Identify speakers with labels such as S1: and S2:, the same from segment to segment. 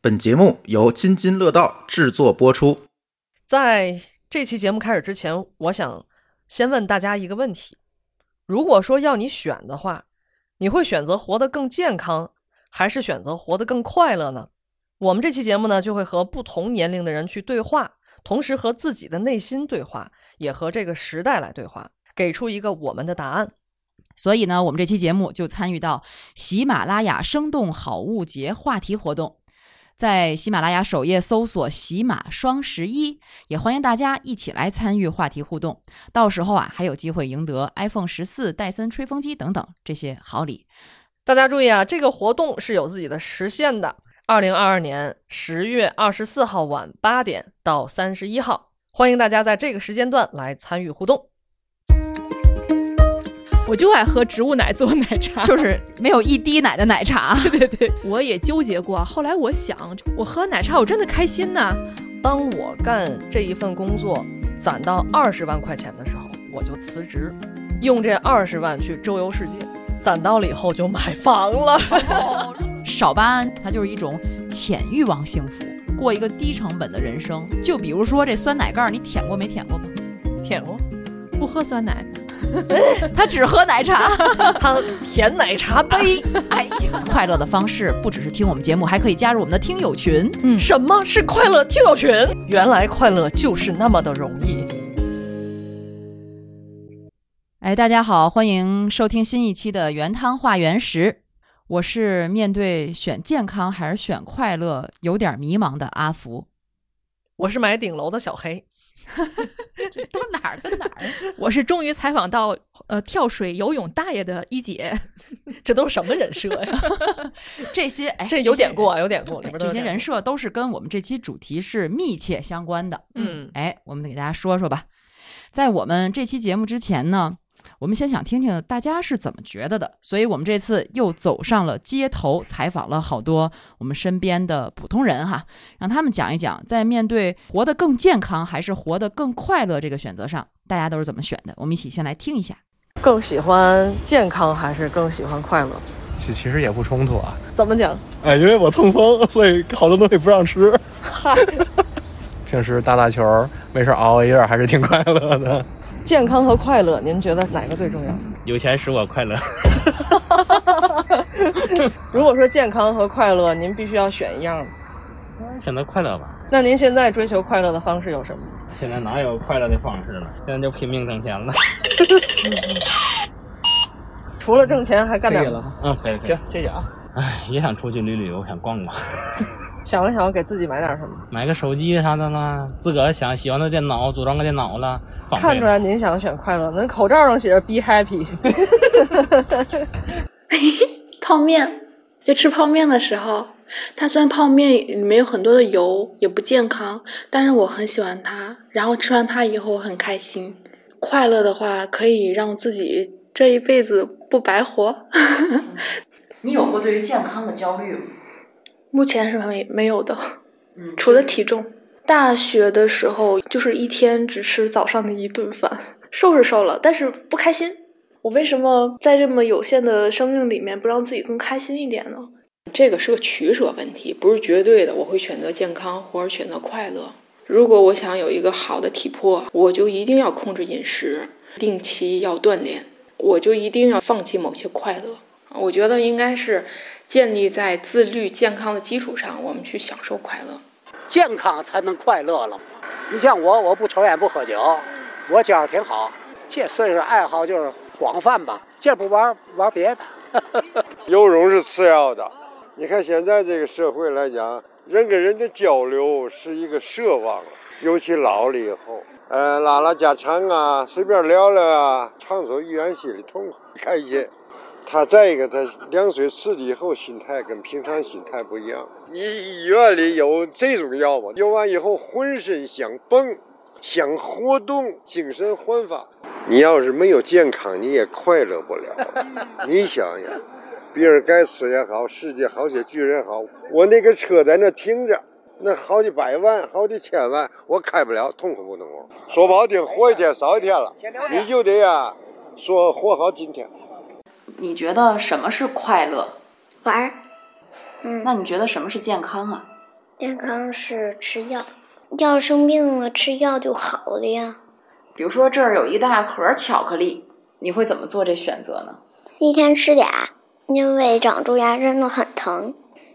S1: 本节目由津津乐道制作播出。
S2: 在这期节目开始之前，我想先问大家一个问题：如果说要你选的话，你会选择活得更健康，还是选择活得更快乐呢？我们这期节目呢，就会和不同年龄的人去对话，同时和自己的内心对话，也和这个时代来对话，给出一个我们的答案。
S3: 所以呢，我们这期节目就参与到喜马拉雅“生动好物节”话题活动，在喜马拉雅首页搜索“喜马双十一”，也欢迎大家一起来参与话题互动。到时候啊，还有机会赢得 iPhone 十四、戴森吹风机等等这些好礼。
S2: 大家注意啊，这个活动是有自己的时限的。二零二二年十月二十四号晚八点到三十一号，欢迎大家在这个时间段来参与互动。
S4: 我就爱喝植物奶做奶 茶，
S3: 就是没有一滴奶的奶茶。啊
S4: 我也纠结过。后来我想，我喝奶茶我真的开心呐、
S2: 当我干这一份工作攒到二十万块钱的时候，我就辞职，用这二十万去周游世界，攒到了以后就买房了。
S3: 少巴胺它就是一种浅欲望幸福，过一个低成本的人生。就比如说这酸奶盖儿，你舔过没舔过吧？
S2: 舔过，
S4: 不喝酸奶，
S3: 他只喝奶茶。
S2: 他舔奶茶杯。
S3: 哎呀，快乐的方式不只是听我们节目，还可以加入我们的听友群。
S2: 什么是快乐听友群？原来快乐就是那么的容易。
S3: 哎，大家好，欢迎收听新一期的《原汤化原食》，我是面对选健康还是选快乐有点迷茫的阿福。
S2: 我是买顶楼的小黑，
S3: 这都哪儿跟哪儿？
S4: 我是终于采访到呃跳水游泳大爷的一姐，
S2: 这都是什么人设呀？
S3: 这些哎，
S2: 这有点过，啊，有点过，里
S3: 哎
S2: 边都
S3: 这
S2: 有
S3: 些
S2: 点
S3: 人
S2: 过。
S3: 设都是跟我们这期主题是密切相关的。
S2: 嗯
S3: 哎，我们得给大家说说吧。在我们这期节目之前呢，我们先想听听大家是怎么觉得的，所以我们这次又走上了街头，采访了好多我们身边的普通人哈，让他们讲一讲，在面对活得更健康还是活得更快乐这个选择上，大家都是怎么选的。我们一起先来听一下。
S2: 更喜欢健康还是更喜欢快乐？
S5: 其其实也不冲突啊。
S2: 怎么讲？
S5: 哎，因为我痛风，所以好多东西不让吃。
S2: 嗨，
S5: 平时打打球，没事熬夜还是挺快乐的。
S2: 健康和快乐，您觉得哪个最重要？
S6: 有钱使我快乐。
S2: 如果说健康和快乐，您必须要选一样，嗯
S6: 选择快乐吧，
S2: 那您现在追求快乐的方式有什么？
S6: 现在哪有快乐的方式了？现在就拼命挣钱了。
S2: 除了挣钱，还干点什么？
S6: 嗯，可以，行，谢谢啊。哎，也想出去旅旅游，想逛逛，
S2: 想没想要给自己买点什么？
S6: 买个手机啥的啦，自个儿想喜欢的电脑，组装个电脑啦。放
S2: 看
S6: 飞
S2: 出
S6: 了
S2: 来您想选快乐，那口罩上写着 “be happy”。
S7: 泡面，就吃泡面的时候，它虽然泡面里面有很多的油，也不健康，但是我很喜欢它。然后吃完它以后，我很开心。快乐的话，可以让自己这一辈子不白活。
S8: 你有过对于健康的焦虑吗？
S7: 目前是没没有的，除了体重。大学的时候，就是一天只吃早上的一顿饭，瘦是瘦了，但是不开心。我为什么在这么有限的生命里面不让自己更开心一点呢？
S9: 这个是个取舍问题，不是绝对的。我会选择健康，或者选择快乐。如果我想有一个好的体魄，我就一定要控制饮食，定期要锻炼，我就一定要放弃某些快乐。我觉得应该是建立在自律健康的基础上，我们去享受快乐。
S10: 健康才能快乐了。你像我，我不抽烟不喝酒，我觉着挺好。这岁数爱好就是广泛吧，这不玩玩别的。
S11: 优柔是次要的。你看现在这个社会来讲，人跟人的交流是一个奢望了，尤其老了以后，呃，拉拉家常啊，随便聊聊啊，畅所欲言，心里痛快开心。他再一个，他凉水刺激以后，心态跟平常心态不一样。你医院里有这种药吗？用完以后浑身想蹦，想活动，精神焕发。你要是没有健康，你也快乐不了。你想想，比尔盖茨也好，世界好些巨人也好，我那个车在那停着，那好几百万、好几千万，我开不了，痛苦不痛苦？说不好听，活一天少一天了，你就得呀、说活好今天。
S8: 你觉得什么是快乐？
S9: 玩儿，
S8: 那你觉得什么是健康啊？
S12: 健康是吃药，要是生病了吃药就好了呀。
S8: 比如说这儿有一大盒巧克力，你会怎么做这选择呢？
S12: 一天吃俩，因为长蛀牙真的很疼。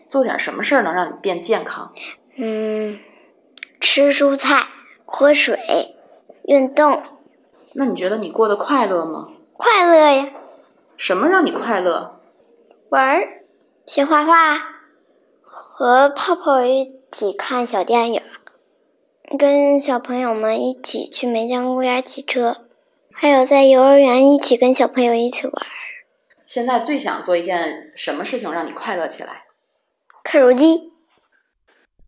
S8: 做点什么事儿能让你变健康？
S12: 嗯，吃蔬菜，喝水，运动，
S8: 那你觉得你过得快乐吗？
S12: 快乐呀，
S8: 什么让你快乐？
S12: 玩儿，学画画，和泡泡一起看小电影，跟小朋友们一起去梅江公园骑车，还有在幼儿园一起跟小朋友一起玩儿
S8: 现在最想做一件什么事情让你快乐起来？
S12: 看手机。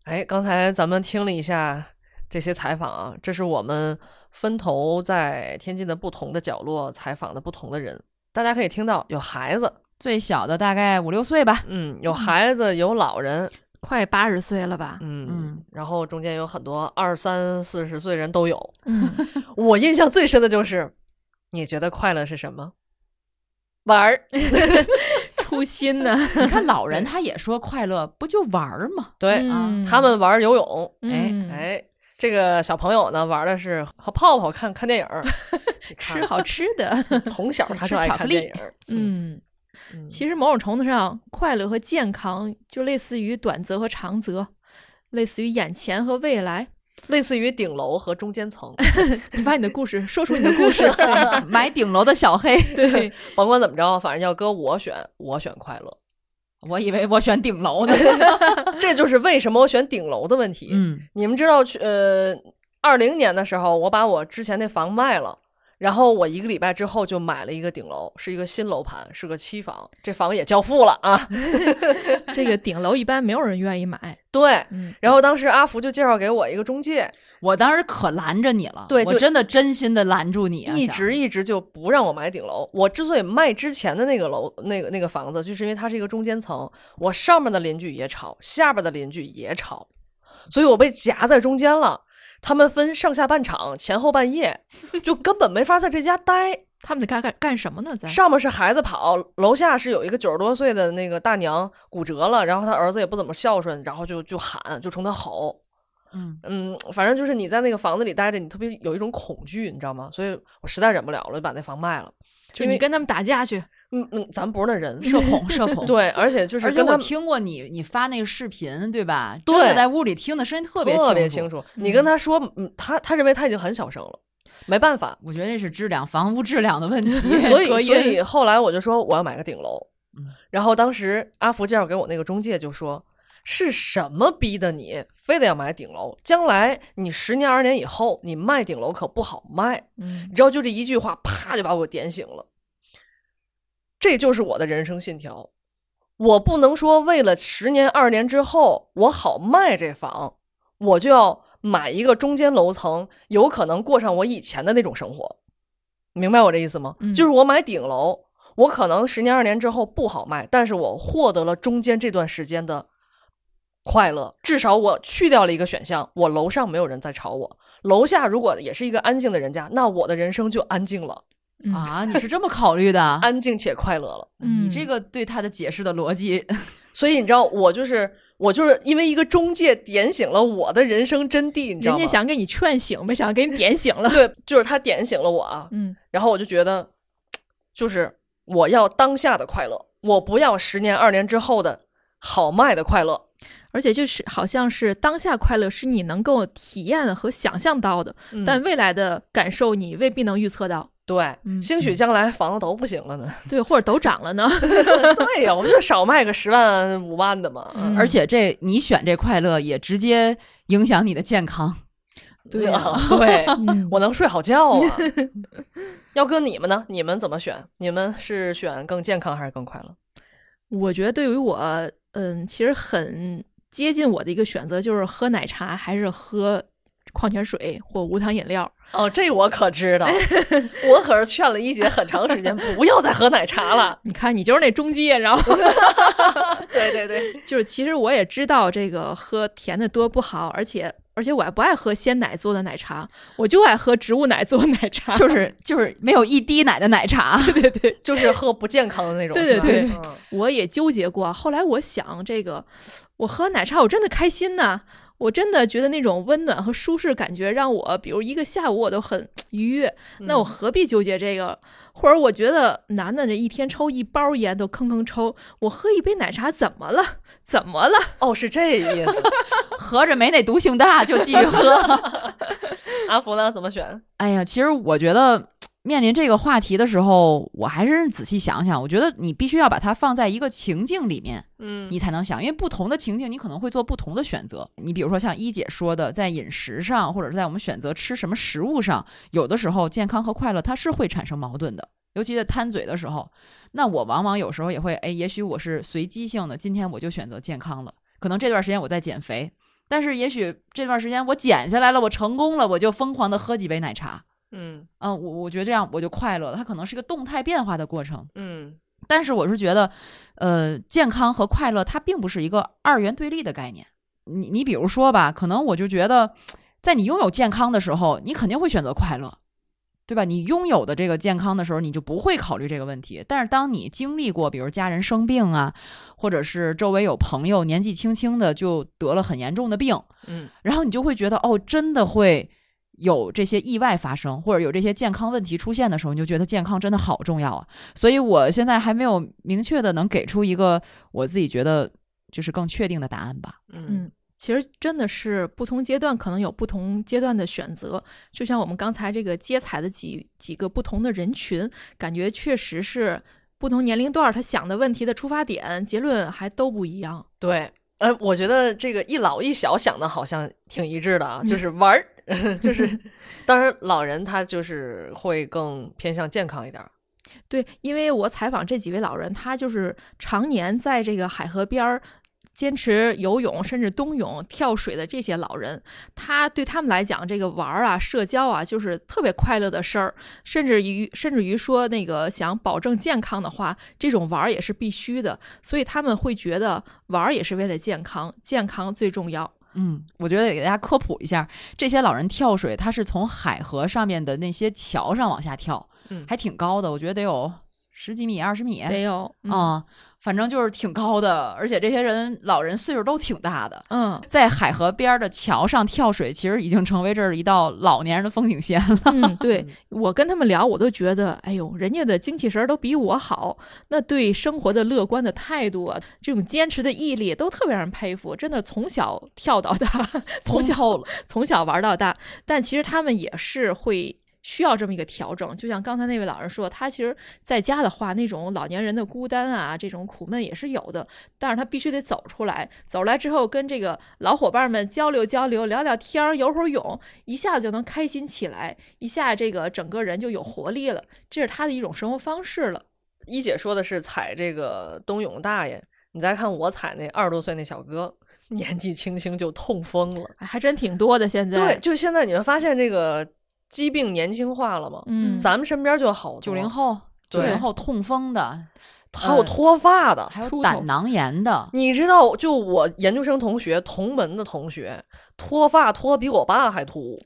S2: 哎，刚才咱们听了一下这些采访啊，这是我们分头在天津的不同的角落采访的不同的人。大家可以听到有孩子，
S3: 最小的大概五六岁吧，
S2: 嗯，有孩子，有老人，
S4: 快八十岁了吧？
S2: 嗯
S3: 嗯
S2: 然后中间有很多二三四十岁人都有。
S4: 嗯，
S2: 我印象最深的就是，你觉得快乐是什么？玩儿，
S4: 初心呢？
S3: 你看老人他也说快乐不就玩儿吗？
S2: 对、
S4: 嗯
S2: 他们玩游泳，
S3: 哎
S4: 嗯
S2: 哎，这个小朋友呢玩的是和泡泡看看电影儿，你看
S4: 吃好吃 的，
S2: 从小他就
S4: 吃
S2: 爱
S4: 巧
S2: 看
S4: 克
S2: 电
S4: 力
S2: 影儿。
S4: 嗯，
S2: 嗯
S4: 其实某种程度上，快乐和健康就类似于短则和长则，类似于眼前和未来。
S2: 类似于顶楼和中间 层，
S4: 你把你的故事说出你的故 事，
S3: 对买顶楼的小黑，
S4: 对，
S2: 甭管怎么着，反正要搁我选，我选快乐。
S3: 我以为我选顶楼 呢。
S2: 这就是为什么我选顶楼的问题。
S3: 嗯，
S2: 你们知道去呃，二零年的时候，我把我之前那房卖了，然后我一个礼拜之后就买了一个顶楼，是一个新楼盘，是个期房，这房也交付了啊。
S4: 这个顶楼一般没有人愿意买。
S2: 对，
S4: 嗯，
S2: 然后当时阿福就介绍给我一个中介，
S3: 我当时可拦着你了，
S2: 对
S3: 我
S2: 就
S3: 真的真心的拦住你、啊，
S2: 一
S3: 想
S2: 直一直就不让我买顶楼。我之所以卖之前的那个楼，那个那个房子，就是因为它是一个中间层，我上面的邻居也吵，下边的邻居也吵，所以我被夹在中间了。他们分上下半场，前后半夜，就根本没法在这家待。
S4: 他们得干干干什么呢？咱
S2: 上面是孩子跑，楼下是有一个九十多岁的那个大娘骨折了，然后她儿子也不怎么孝顺，然后就就喊，就冲她吼。
S3: 嗯
S2: 嗯，反正就是你在那个房子里待着，你特别有一种恐惧，你知道吗？所以我实在忍不了了，就把那房卖了。
S4: 就你跟他们打架去，
S2: 嗯嗯，咱不是那人，
S3: 社 恐，社恐。，
S2: 对，而且就是
S3: 而且
S2: 跟
S3: 我
S2: 他们
S3: 听过你你发那个视频，对吧？
S2: 对
S3: 真的在屋里听的声音
S2: 特
S3: 特别
S2: 别
S3: 清
S2: 清。楚。你跟他说，嗯，他他认为他已经很小声了，没办法。
S3: 我觉得这是质量房屋质量的问题，
S2: 所以
S3: 隔音
S2: 所以后来我就说我要买个顶楼
S3: 嗯，
S2: 然后当时阿福介绍给我那个中介就说。是什么逼的你非得要买顶楼？将来你十年二十年以后，你卖顶楼可不好卖。
S4: 嗯
S2: 你知道，就这一句话，啪就把我点醒了。这就是我的人生信条。我不能说为了十年二十年之后我好卖这房，我就要买一个中间楼层，有可能过上我以前的那种生活。明白我这意思吗？
S4: 嗯
S2: 就是我买顶楼，我可能十年二十年之后不好卖，但是我获得了中间这段时间的快乐，至少我去掉了一个选项，我楼上没有人在吵我，楼下如果也是一个安静的人家，那我的人生就安静了，
S4: 嗯
S3: 啊，你是这么考虑
S4: 啊
S3: 的？
S2: 安静且快乐了。
S3: 你
S4: 嗯
S3: 这个对他的解释的逻辑，
S2: 所以你知道，我就是我就是因为一个中介点醒了我的人生真谛，你知道
S4: 人
S2: 吗？
S4: 家想给你劝醒，没想给你点醒了。
S2: 对，就是他点醒了我啊，
S4: 嗯
S2: 然后我就觉得，就是我要当下的快乐，我不要十年二年之后的好卖的快乐。
S4: 而且就是好像是当下快乐是你能够体验和想象到的，
S2: 嗯
S4: 但未来的感受你未必能预 测到，
S2: 对，
S4: 嗯
S2: 兴许将来房子都不行了呢。
S4: 对，或者都涨了呢。
S2: 对呀、我就少卖个十万五万的嘛。
S4: 嗯
S3: 而且这你选这快乐也直接影响你的健康。
S4: 对呀、
S2: 啊，对，
S4: 嗯
S2: 我能睡好觉 啊。要跟你们呢？你们怎么选？你们是选更健康还是更快乐？
S4: 我觉得对于我，嗯，其实很接近我的一个选择就是喝奶茶还是喝矿泉水或无糖饮料。
S2: 哦，这我可知道， 我可是劝了一姐很长时间不要再喝奶茶了。
S4: 你看，你就是那中介，然后
S2: 对对对，
S4: 就是其实我也知道这个喝甜的多不好，而且而且我还不爱喝鲜奶做的奶茶，我就爱喝植物奶做的奶茶，
S3: 就是就是没有一滴奶的奶茶。
S4: 对对对，
S2: 就是喝不健康的那种。
S4: 对对对，
S2: 是吧嗯
S4: 我也纠结过。后来我想，这个我喝奶茶我真的开心呐、我真的觉得那种温暖和舒适感觉让我，比如一个下午我都很愉悦。那我何必纠结这个？或者我觉得男的这一天抽一包烟都吭吭抽，我喝一杯奶茶怎么了？怎么了？
S2: 哦，是这意思。
S3: 合着没那毒性大就继续喝。
S2: 阿福呢？怎么选？
S3: 哎呀，其实我觉得面临这个话题的时候，我还是仔细想想。我觉得你必须要把它放在一个情境里面，
S2: 嗯
S3: 你才能想，因为不同的情境你可能会做不同的选择。你比如说像一姐说的，在饮食上，或者是在我们选择吃什么食物上，有的时候健康和快乐它是会产生矛盾的。尤其在贪嘴的时候，那我往往有时候也会，哎，也许我是随机性的，今天我就选择健康了，可能这段时间我在减肥，但是也许这段时间我减下来了，我成功了，我就疯狂的喝几杯奶茶，
S2: 嗯
S3: 嗯，我我觉得这样我就快乐了。它可能是一个动态变化的过程，
S2: 嗯
S3: 但是我是觉得，呃，健康和快乐它并不是一个二元对立的概念。你你比如说吧，可能我就觉得，在你拥有健康的时候，你肯定会选择快乐，对吧？你拥有的这个健康的时候，你就不会考虑这个问题。但是当你经历过，比如家人生病啊，或者是周围有朋友年纪轻轻的就得了很严重的病，
S2: 嗯
S3: 然后你就会觉得哦，真的会有这些意外发生，或者有这些健康问题出现的时候，你就觉得健康真的好重要啊。所以我现在还没有明确的能给出一个我自己觉得就是更确定的答案吧。
S2: 嗯
S4: 嗯，其实真的是不同阶段可能有不同阶段的选择，就像我们刚才这个接彩的几几个不同的人群，感觉确实是不同年龄段儿他想的问题的出发点、结论还都不一样。
S2: 对，呃，我觉得这个一老一小想的好像挺一致的 啊，就是玩儿， 就是，当然老人他就是会更偏向健康一点儿。
S4: 对，因为我采访这几位老人，他就是常年在这个海河边儿坚持游泳，甚至冬泳、跳水的这些老人，他对他们来讲，这个玩儿啊、社交啊，就是特别快乐的事儿，甚至于甚至于说那个想保证健康的话，这种玩儿也是必须的，所以他们会觉得玩儿也是为了健康，健康最重要。
S3: 嗯，我觉得也给大家科普一下，这些老人跳水，他是从海河上面的那些桥上往下跳，
S2: 嗯
S3: 还挺高的，我觉得得有十几米、二十米，
S4: 得有嗯
S3: 啊、反正就是挺高的，而且这些人老人岁数都挺大的，
S4: 嗯，
S3: 在海河边儿的桥上跳水，其实已经成为这儿一道老年人的风景线了。
S4: 嗯，对我跟他们聊，我都觉得，哎呦，人家的精气神儿都比我好，那对生活的乐观的态度啊，这种坚持的毅力都特别让人佩服。真的，从小跳到大，从小从小玩到大，但其实他们也是会。需要这么一个调整，就像刚才那位老人说，他其实在家的话，那种老年人的孤单啊，这种苦闷也是有的，但是他必须得走出来，走出来之后跟这个老伙伴们交流交流，聊聊天儿，游会儿泳，一下子就能开心起来，一下这个整个人就有活力了，这是他的一种生活方式了。
S2: 一姐说的是踩这个冬泳大爷，你再看我踩那二十多岁那小哥， 年纪轻轻就痛风了。
S4: 哎还真挺多的，现在
S2: 对，就现在你们发现这个疾病年轻化了吗？
S4: 嗯
S2: 咱们身边就好多
S3: 九零，后，九
S2: 对
S3: 零后痛风的，
S2: 还有脱发的，
S3: 还有胆囊炎的，
S2: 你知道，就我研究生同学，同门的同学，脱发脱比我爸还秃，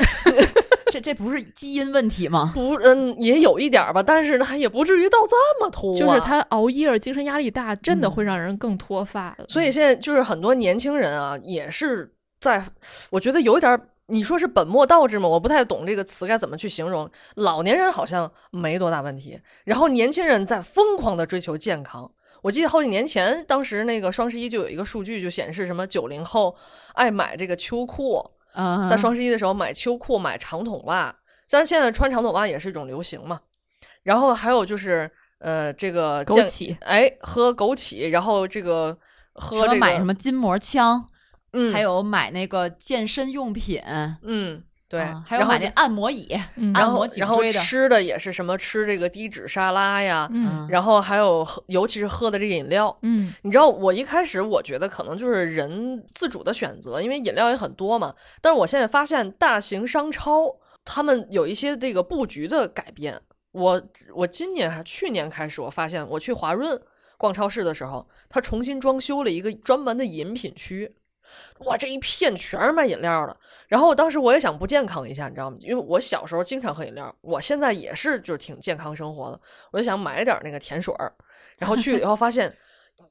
S3: 这这不是基因问题吗？
S2: 不，嗯，也有一点儿吧，但是呢，也不至于到这么秃、啊
S4: 就是，他熬夜、精神压力大，真的会让人更脱发了。
S2: 所以现在就是很多年轻人啊，也是在，我觉得有一点儿，你说是本末倒置吗？我不太懂这个词该怎么去形容。老年人好像没多大问题，然后年轻人在疯狂的追求健康。我记得好几年前，当时那个双十一就有一个数据，就显示什么九零后爱买这个秋裤，
S3: 嗯，
S2: 在双十一的时候买秋裤、买长筒袜，但是现在穿长筒袜也是一种流行嘛。然后还有就是，呃，这个
S4: 枸
S2: 健
S4: 杞
S2: 哎，喝枸杞，然后这个喝
S3: 什
S2: 这
S3: 么
S2: 个
S3: 买什么，筋膜枪，
S2: 嗯，
S3: 还有买那个健身用品，
S2: 嗯，对，
S3: 啊还有
S2: 然后
S3: 买那按摩椅，
S4: 嗯
S3: 按
S2: 然后
S3: 摩颈
S2: 然后
S3: 椎的，
S2: 吃的也是什么吃这个低脂沙拉呀，
S4: 嗯
S2: 然后还有喝，尤其是喝的这个饮料，
S4: 嗯
S2: 你知道，我一开始我觉得可能就是人自主的选择，因为饮料也很多嘛。但是我现在发现，大型商超他们有一些这个布局的改变。我我今年还去年开始，我发现我去华润逛超市的时候，它重新装修了一个专门的饮品区，哇，这一片全是卖饮料的。然后我当时我也想不健康一下，你知道吗？因为我小时候经常喝饮料，我现在也是就是挺健康生活的，我就想买点儿那个甜水儿。然后去了以后发 现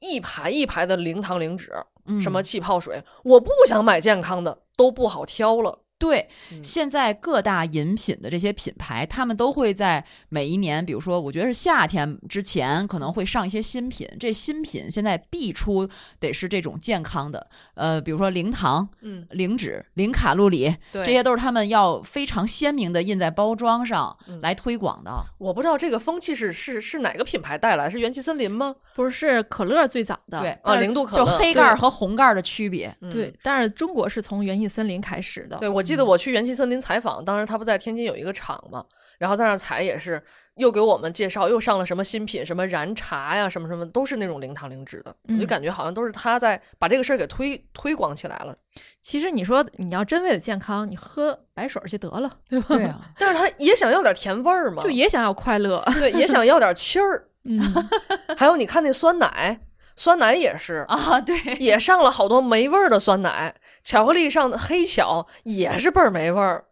S2: 一排一排的零糖零脂，
S3: 嗯
S2: 什么气泡水，我不想买健康的，都不好挑了。
S3: 对，
S2: 嗯
S3: 现在各大饮品的这些品牌，他们都会在每一年，比如说，我觉得是夏天之前可能会上一些新品。这新品现在必出得是这种健康的，呃，比如说零糖、
S2: 嗯
S3: 零脂、零卡路里，
S2: 对
S3: 这些都是他们要非常鲜明的印在包装上
S2: 嗯
S3: 来推广的。
S2: 我不知道这个风气是是是哪个品牌带来，是元气森林吗？
S4: 不是，可乐最早的嗯
S3: 对
S2: 啊，
S4: 但是
S2: 零度可
S4: 就
S2: 乐嗯
S4: 黑盖儿
S3: 和红盖儿的区别。
S4: 对，但是中国是从园艺森林开始的。
S2: 对，我记得我去元气森林采访，当时他不在天津有一个厂嘛，然后在那儿采也是又给我们介绍，又上了什么新品，什么燃茶呀，什么什么，都是那种零糖零脂的，我就
S4: 嗯
S2: 感觉好像都是他在把这个事儿给推推广起来了。
S4: 其实你说你要真为了健康，你喝白水儿去得了，对吧？
S3: 对啊，
S2: 但是他也想要点甜味儿嘛，
S4: 就也想要快乐，
S2: 对，也想要点气儿。
S4: 嗯，
S2: 还有你看那酸奶，酸奶也是
S3: 啊，对，
S2: 也上了好多没味儿的酸奶，巧克力上的黑巧也是倍儿没味儿。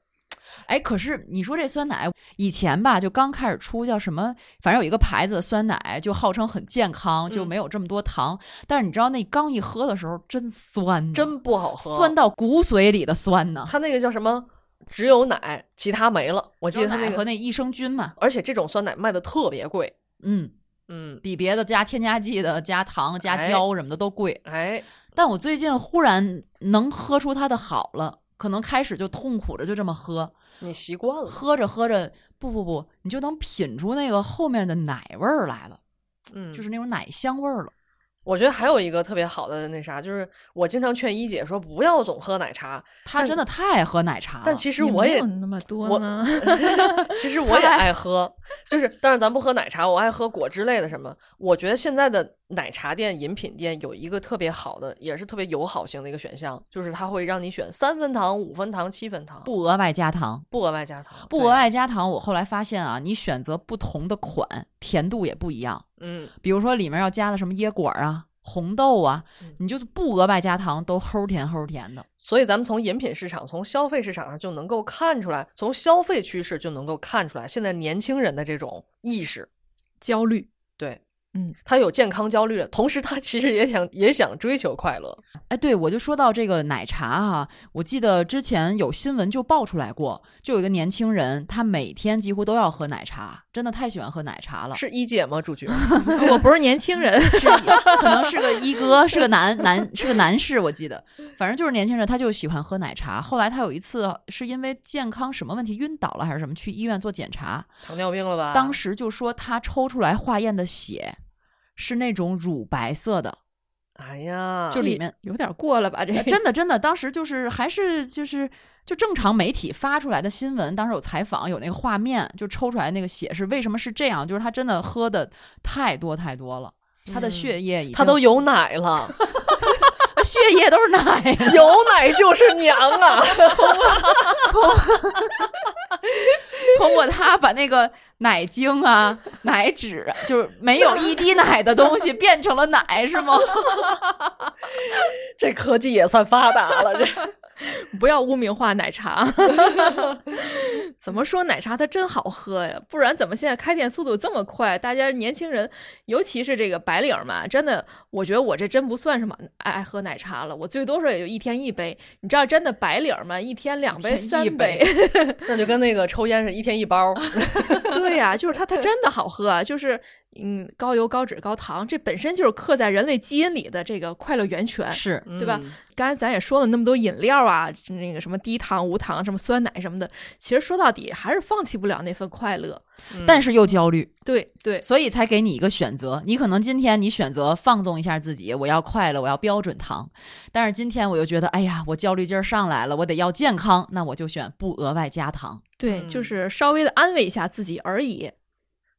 S3: 哎，可是你说这酸奶以前吧，就刚开始出叫什么，反正有一个牌子的酸奶，就号称很健康，
S2: 嗯
S3: 就没有这么多糖。但是你知道那刚一喝的时候，真酸，
S2: 真不好喝
S3: 嗯酸到骨髓里的酸呢。
S2: 它那个叫什么？只有奶，其他没了。我记得它
S3: 只有
S2: 那
S3: 奶
S2: 个
S3: 和那益生菌嘛，
S2: 而且这种酸奶卖的特别贵。
S3: 嗯，
S2: 嗯，
S3: 比别的加添加剂的、加糖、加
S2: 哎
S3: 胶什么的都贵。
S2: 哎，
S3: 但我最近忽然能喝出它的好了，可能开始就痛苦着就这么喝，
S2: 你习惯了。
S3: 喝着喝着，不不不，你就能品出那个后面的奶味儿来了，
S2: 嗯，
S3: 就是那种奶香味儿了。
S2: 我觉得还有一个特别好的那啥，就是我经常劝一姐说不要总喝奶茶，
S3: 他真的太爱喝奶茶了。
S2: 但其实我也
S4: 没有那么多
S2: 我
S4: 呢。
S2: 其实我也爱喝，就是但是咱不喝奶茶，我爱喝果汁类的什么。我觉得现在的奶茶店、饮品店有一个特别好的，也是特别友好型的一个选项，就是它会让你选三分糖、五分糖、七分糖，
S3: 不额外加糖，
S2: 不额外加糖，
S3: 不
S2: 对
S3: 额，外加糖。我后来发现啊，你选择不同的款，甜度也不一样。
S2: 嗯，
S3: 比如说里面要加了什么椰果啊、红豆啊，
S2: 嗯
S3: 你就是不额外加糖都齁甜齁甜的。
S2: 所以咱们从饮品市场、从消费市场上就能够看出来，从消费趋势就能够看出来，现在年轻人的这种意识、
S4: 焦虑，
S2: 对，
S4: 嗯，
S2: 他有健康焦虑，同时他其实也想也想追求快乐，
S3: 哎，对，我就说到这个奶茶哈、我记得之前有新闻就爆出来过，就有一个年轻人，他每天几乎都要喝奶茶，真的太喜欢喝奶茶了。
S2: 是一姐吗？主 角
S4: 我不是年轻人，
S3: 是可能是个一 哥，是个男男，是个男士，我记得，反正就是年轻人，他就喜欢喝奶茶。后来他有一次是因为健康什么问题晕倒了还是什么，去医院做检查，
S2: 糖尿病了
S4: 啊
S2: 吧？
S3: 当时就说他抽出来化验的血是那种乳白色的，
S2: 哎呀，
S4: 啊
S3: 就里面
S4: 有点过了吧？这
S3: 呃真的真的，当时就是还是就是就正常媒体发出来的新闻，当时有采访，有那个画面，就抽出来那个血是为什么是这样，就是他真的喝的太多太多了，他
S4: 嗯
S3: 的血液已经、
S2: 他都有奶 了，
S3: 血液都是奶呀，
S2: 有奶就是娘啊！
S3: 通过他把那个奶精啊、奶脂啊，就是没有一滴奶的东西变成了奶，是吗？
S2: 这科技也算发达了，这
S4: 不要污名化奶茶。 怎么说奶茶它真好喝呀？不然怎么现在开店速度这么快？大家年轻人，尤其是这个白领儿嘛，真的，我觉得我这真不算什么爱爱喝奶茶了，我最多说也就一天一杯。你知道，真的白领儿嘛，一天两杯、
S3: 一
S4: 三
S3: 天一杯
S2: 那就跟那个抽烟是一天一包。
S4: 对呀、就是它，它真的好喝啊，就是嗯，高油、高脂、高糖，这本身就是刻在人类基因里的这个快乐源泉，
S3: 是
S2: 嗯
S4: 对吧？刚才咱也说了那么多饮料啊，那个什么低糖、无糖，什么酸奶什么的，其实说到底还是放弃不了那份快乐。
S2: 嗯
S3: 但是又焦虑，
S4: 对对，
S3: 所以才给你一个选择。你可能今天你选择放纵一下自己，我要快乐，我要标准糖。但是今天我又觉得，哎呀，我焦虑劲儿上来了，我得要健康，那我就选不额外加糖。
S4: 对，就是稍微的安慰一下自己而已。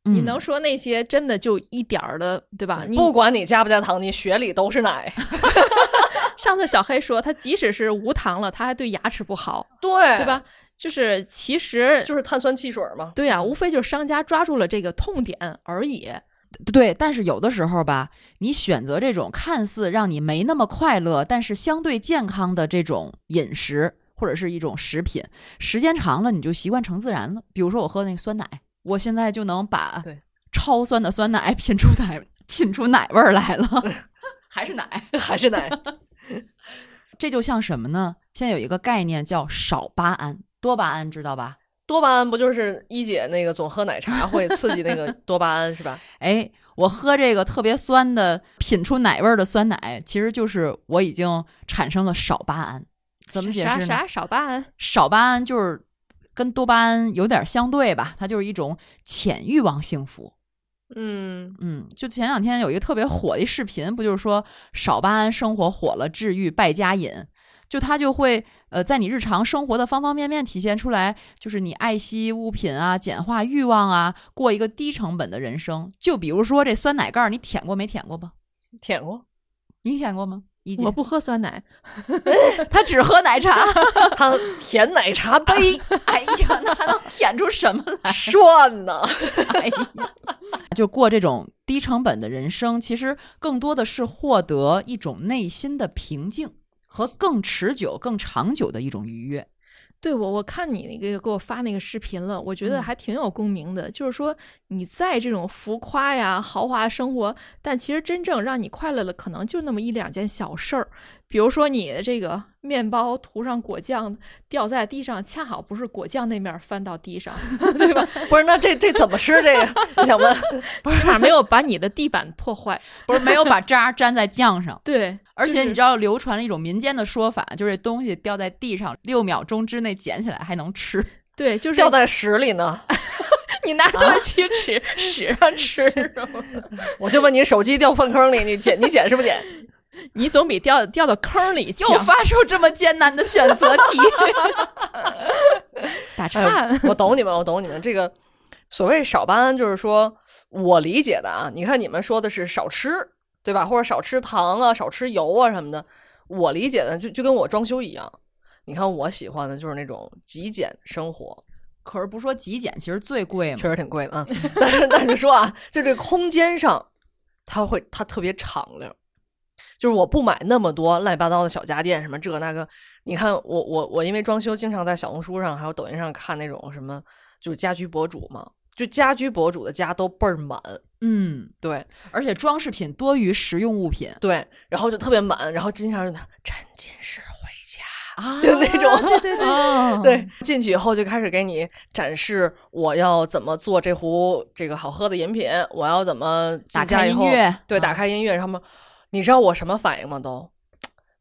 S4: 你
S3: 嗯
S4: 能说那些真的就一点儿的，对吧？你
S2: 不管你加不加糖，你血里都是奶。
S4: 上次小黑说，他即使是无糖了，他还对牙齿不好，
S2: 对
S4: 对？吧？就是其实
S2: 就是碳酸汽水嘛。
S4: 对呀、无非就是商家抓住了这个痛点而已。
S3: 对，但是有的时候吧，你选择这种看似让你没那么快乐，但是相对健康的这种饮食或者是一种食品，时间长了你就习惯成自然了。比如说我喝那个酸奶，我现在就能把超酸的酸奶 品出奶品出奶味儿来了，还是奶，
S2: 还是奶。
S3: 这就像什么呢？现在有一个概念叫少巴胺，多巴胺知道吧？
S2: 多巴胺不就是一姐那个总喝奶茶会刺激那个多巴胺是吧？
S3: 哎，我喝这个特别酸的、品出奶味儿的酸奶，其实就是我已经产生了少巴胺。怎么解释
S4: 啥啥少巴胺？
S3: 少巴胺就是跟多巴胺有点相对吧，它就是一种潜欲望幸福。
S2: 嗯
S3: 嗯，就前两天有一个特别火的一视频，不就是说少巴胺生活火了，治愈败家瘾，就它就会呃在你日常生活的方方面面体现出来，就是你爱惜物品啊，简化欲望啊，过一个低成本的人生。就比如说这酸奶盖儿，你舔过没舔过吧？
S2: 舔 过，
S3: 你舔过吗？一姐
S4: 我不喝酸奶，
S3: 他只喝奶茶，
S2: 他舔奶茶 杯。
S3: 哎呀，那还能舔出什么来？
S2: 涮呢？
S3: 哎呀， 就过这种低成本的人生，其实更多的是获得一种内心的平静和更持久、更长久的一种愉悦。
S4: 对我，我看你那个给我发那个视频了，我觉得还挺有共鸣的。就是说，你在这种浮夸呀、豪华生活，但其实真正让你快乐的，可能就那么一两件小事儿。比如说，你的这个面包涂上果酱掉在地上，恰好不是果酱那面翻到地 上，对吧？
S2: 不是，那这这怎么吃？这个 我想问，
S4: 起码没有把你的地板破坏，
S3: 不是没有把渣粘在酱上。
S4: 对，
S3: 而且你知
S4: 道，
S3: 道，流传了一种民间的说法，就是这东西掉在地上六秒钟之内捡起来还能吃。
S4: 对，就是
S2: 掉在屎里呢？
S4: 你拿东西 吃，屎上吃是吗？
S2: 我就问你，手机掉粪坑里，你捡你捡是不捡？
S4: 你总比掉掉到坑里强。
S3: 又发出这么艰难的选择 题，打
S2: 哎
S3: 岔。
S2: 我懂你们，我懂你们。这个所谓少巴胺，就是说我理解的啊。你看你们说的是少吃，对吧？或者少吃糖啊，少吃油啊什么的。我理解的就就跟我装修一样。你看我喜欢的就是那种极简生活，
S3: 可是不说极简，其实最贵嘛。
S2: 确实挺贵的啊。 但是但是说啊，就这空间上，它会它特别敞亮。就是我不买那么多乱七八糟的小家电，什么这个那个。你看我我我因为装修，经常在小红书上还有抖音上看那种什么，就是家居博主嘛，就家居博主的家都倍儿满，
S3: 嗯，
S2: 对
S3: 而且装饰品多于实用物品
S2: 对，然后就特别满，然后经常就沉浸式回家。
S3: 啊
S2: 就那种
S3: 对对对、哦
S2: 对，进去以后就开始给你展示我要怎么做这壶这个好喝的饮品，我要怎么进
S3: 打
S2: 家
S3: 开
S2: 以
S3: 音
S2: 后
S3: 乐
S2: 对，
S3: 啊
S2: 打开音乐，他们，你知道我什么反应吗？都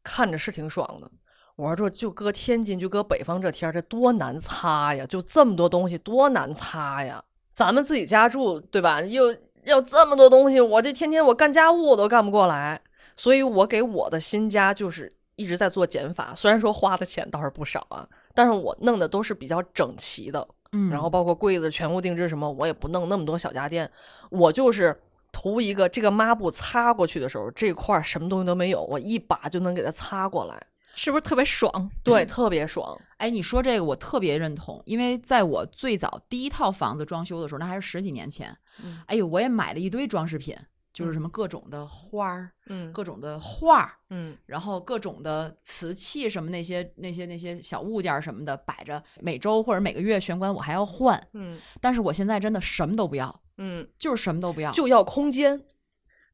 S2: 看着是挺爽的。我说这就搁天津，就搁北方这天儿，这多难擦呀！就这么多东西，多难擦呀！咱们自己家住，对吧？又要这么多东西，我这天天我干家务我都干不过来，所以我给我的新家就是一直在做减法。虽然说花的钱倒是不少啊，但是我弄的都是比较整齐的，
S3: 嗯
S2: 然后包括柜子全屋定制什么，我也不弄那么多小家电，我就是图一个这个抹布擦过去的时候，这块儿什么东西都没有，我一把就能给它擦过来，
S4: 是不是特别爽？
S2: 对，特别爽。
S3: 哎，你说这个我特别认同，因为在我最早第一套房子装修的时候，那还是十几年前，
S2: 嗯
S3: 哎呦，我也买了一堆装饰品，就是什么各种的花儿，
S2: 嗯
S3: 各种的画儿，
S2: 嗯
S3: 然后各种的瓷器什么那些那些那些小物件儿什么的摆着，每周或者每个月玄关我还要换，
S2: 嗯
S3: 但是我现在真的什么都不要，
S2: 嗯，
S3: 就是什么都不要，
S2: 就要空间，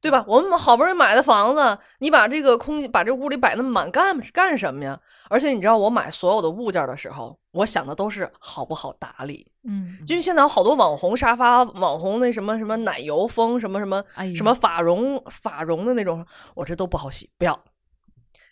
S2: 对吧？我们好不容易买的房子，你把这个空把这屋里摆那么满干干什么呀？而且你知道，我买所有的物件的时候，我想的都是好不好打理。
S4: 嗯，
S2: 因为现在有好多网红沙发、网红那什么什么奶油风、什么什么、
S3: 哎呀
S2: 什么法绒法绒的那种，我这都不好洗，不要。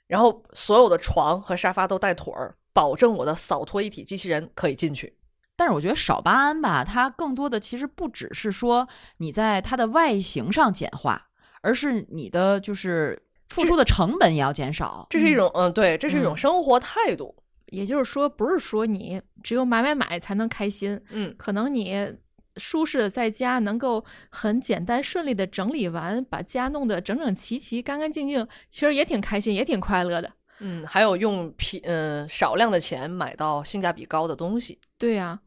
S2: 然后所有的床和沙发都带腿儿，保证我的扫拖一体机器人可以进去。
S3: 但是我觉得少巴胺吧，它更多的其实不只是说你在它的外形上简化，而是你的就是付出的成本也要减少。
S2: 这是一种嗯，对，这是一种
S3: 嗯
S2: 生活态度。
S4: 也就是说，不是说你只有买买买才能开心，
S2: 嗯
S4: 可能你舒适的在家能够很简单顺利的整理完，把家弄得整整齐齐、干干净净，其实也挺开心，也挺快乐的。
S2: 嗯，还有用皮嗯少量的钱买到性价比高的东西。
S4: 对呀、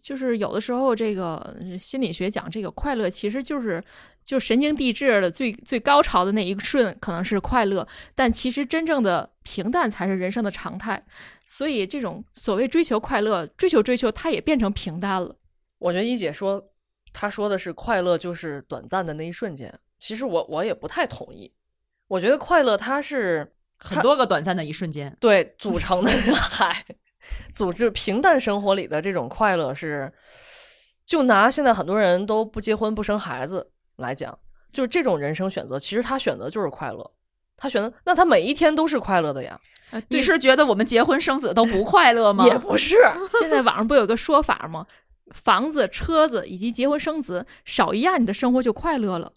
S4: 就是有的时候这个呃心理学讲，这个快乐其实就是就神经递质的最最高潮的那一瞬可能是快乐，但其实真正的平淡才是人生的常态。所以这种所谓追求快乐，追求追求，它也变成平淡了。
S2: 我觉得一姐说，她说的是快乐就是短暂的那一瞬间。其实我我也不太同意，我觉得快乐它是
S3: 很多个短暂的一瞬间
S2: 对组成的嗨， 组织平淡生活里的这种快乐是，就拿现在很多人都不结婚不生孩子来讲，就是这种人生选择，其实他选择就是快乐，他选择那他每一天都是快乐的呀。
S3: 你是觉得我们结婚生子都不快乐吗？
S2: 也不 是，
S4: 现在网上不有个说法吗？房子、车子以及结婚生子少一样，你的生活就快乐了。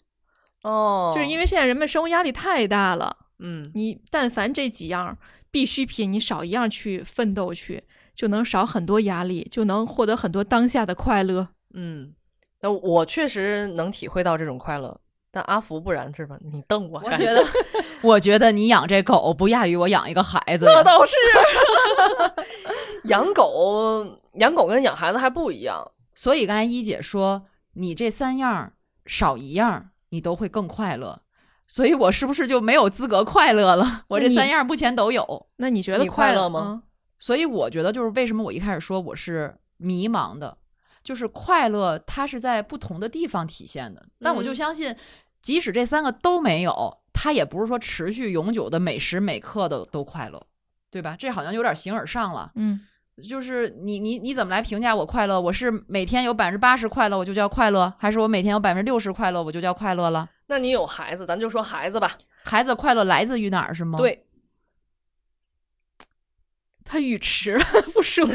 S2: 哦，
S4: 就是因为现在人们生活压力太大了，
S2: 嗯，
S4: 你但凡这几样必需品，你少一样去奋斗去，就能少很多压力，就能获得很多当下的快乐。
S2: 嗯，那我确实能体会到这种快乐，但阿福不然是吧？你瞪我，
S3: 我觉得， 我觉得你养这狗不亚于我养一个孩子。
S2: 那倒是， 养狗，养狗跟养孩子还不一样。
S3: 所以刚才一姐说，你这三样少一样，你都会更快乐。所以我是不是就没有资格快乐了？我这三样目前都有。
S4: 那你觉得
S2: 你快
S4: 乐
S2: 乐吗？
S3: 所以我觉得就是为什么我一开始说我是迷茫的，就是快乐它是在不同的地方体现的。但我
S4: 嗯
S3: 就相信，即使这三个都没有，它也不是说持续永久的每时每刻的都快乐，对吧？这好像有点形而上了。
S4: 嗯，
S3: 就是你你你怎么来评价我快乐？我是每天有百分之八十快乐我就叫快乐，还是我每天有百分之六十快乐我就叫快乐了？
S2: 那你有孩子，咱就说孩子吧。
S3: 孩子快乐来自于哪儿是吗？
S2: 对，
S4: 他语迟 不说，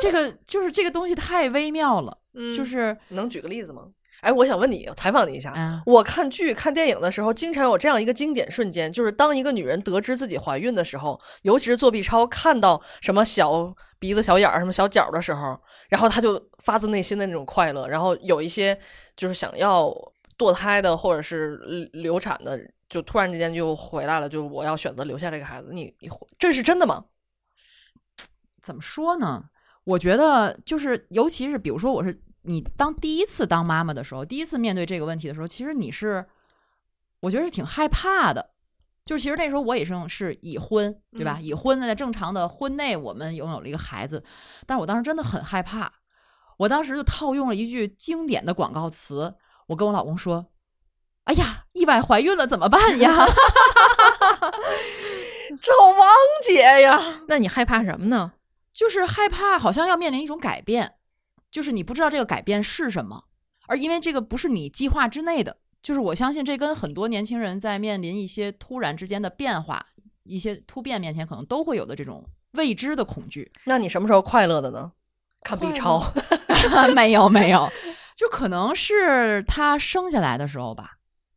S3: 这个就是这个东西太微妙了，
S2: 嗯
S3: 就是
S2: 能举个例子吗？哎，我想问你，采访你一下。
S3: 嗯
S2: 我看剧、看电影的时候，经常有这样一个经典瞬间，就是当一个女人得知自己怀孕的时候，尤其是做 B 超看到什么小鼻子、小眼儿、什么小角儿的时候，然后她就发自内心的那种快乐。然后有一些就是想要堕胎的或者是流产的，就突然之间就回来了，就我要选择留下这个孩子。你你这是真的吗？
S3: 怎么说呢？我觉得就是，尤其是比如说，我是你当第一次当妈妈的时候，第一次面对这个问题的时候，其实你是，我觉得是挺害怕的。就是其实那时候我也是是已婚，对吧？
S2: 嗯
S3: 已婚的在正常的婚内，我们拥有了一个孩子，但是我当时真的很害怕。我当时就套用了一句经典的广告词，我跟我老公说：“哎呀，意外怀孕了怎么办呀？”
S2: 找王姐呀，
S4: 那你害怕什么呢？
S3: 就是害怕好像要面临一种改变，就是你不知道这个改变是什么，而因为这个不是你计划之内的，就是我相信这跟很多年轻人在面临一些突然之间的变化、一些突变面前，可能都会有的这种未知的恐惧。
S2: 那你什么时候快乐的呢？看 B 超，
S3: 没有没有，就可能是他生下来的时候吧，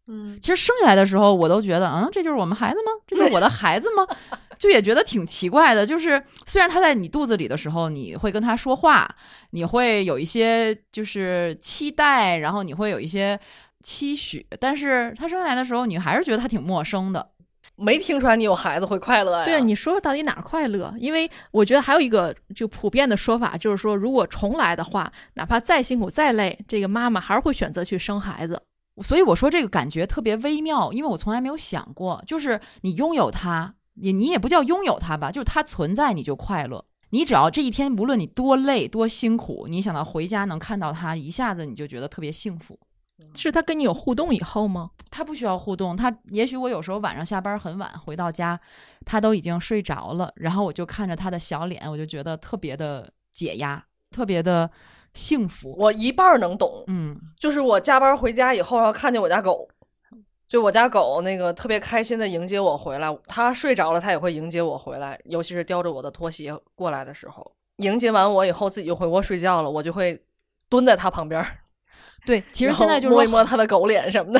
S2: 嗯，
S3: 其实生下来的时候，我都觉得，嗯，这就是我们孩子吗？这就是我的孩子吗？ 就也觉得挺奇怪的。就是虽然他在你肚子里的时候，你会跟他说话，你会有一些就是期待，然后你会有一些期许，但是他生下来的时候，你还是觉得他挺陌生的。
S2: 没听出来你有孩子会快乐呀？
S4: 对啊，你说说到底哪儿快乐？因为我觉得还有一个就普遍的说法，就是说如果重来的话，哪怕再辛苦再累，这个妈妈还是会选择去生孩子。
S3: 所以我说这个感觉特别微妙，因为我从来没有想过，就是你拥有它，也你也不叫拥有它吧，就是它存在你就快乐。你只要这一天无论你多累多辛苦，你想到回家能看到它，一下子你就觉得特别幸福。
S4: 是他跟你有互动以后吗？
S3: 他不需要互动，他也许我有时候晚上下班很晚回到家，他都已经睡着了，然后我就看着他的小脸，我就觉得特别的解压，特别的幸福。
S2: 我一半儿能懂，
S3: 嗯，
S2: 就是我加班回家以后，然后看见我家狗，就我家狗那个特别开心的迎接我回来，它睡着了，它也会迎接我回来，尤其是叼着我的拖鞋过来的时候，迎接完我以后自己就回窝睡觉了，我就会蹲在它旁边儿，
S3: 对，其实
S2: 然后
S3: 现在就是
S2: 摸
S3: 说
S2: 一摸它的狗脸什么的。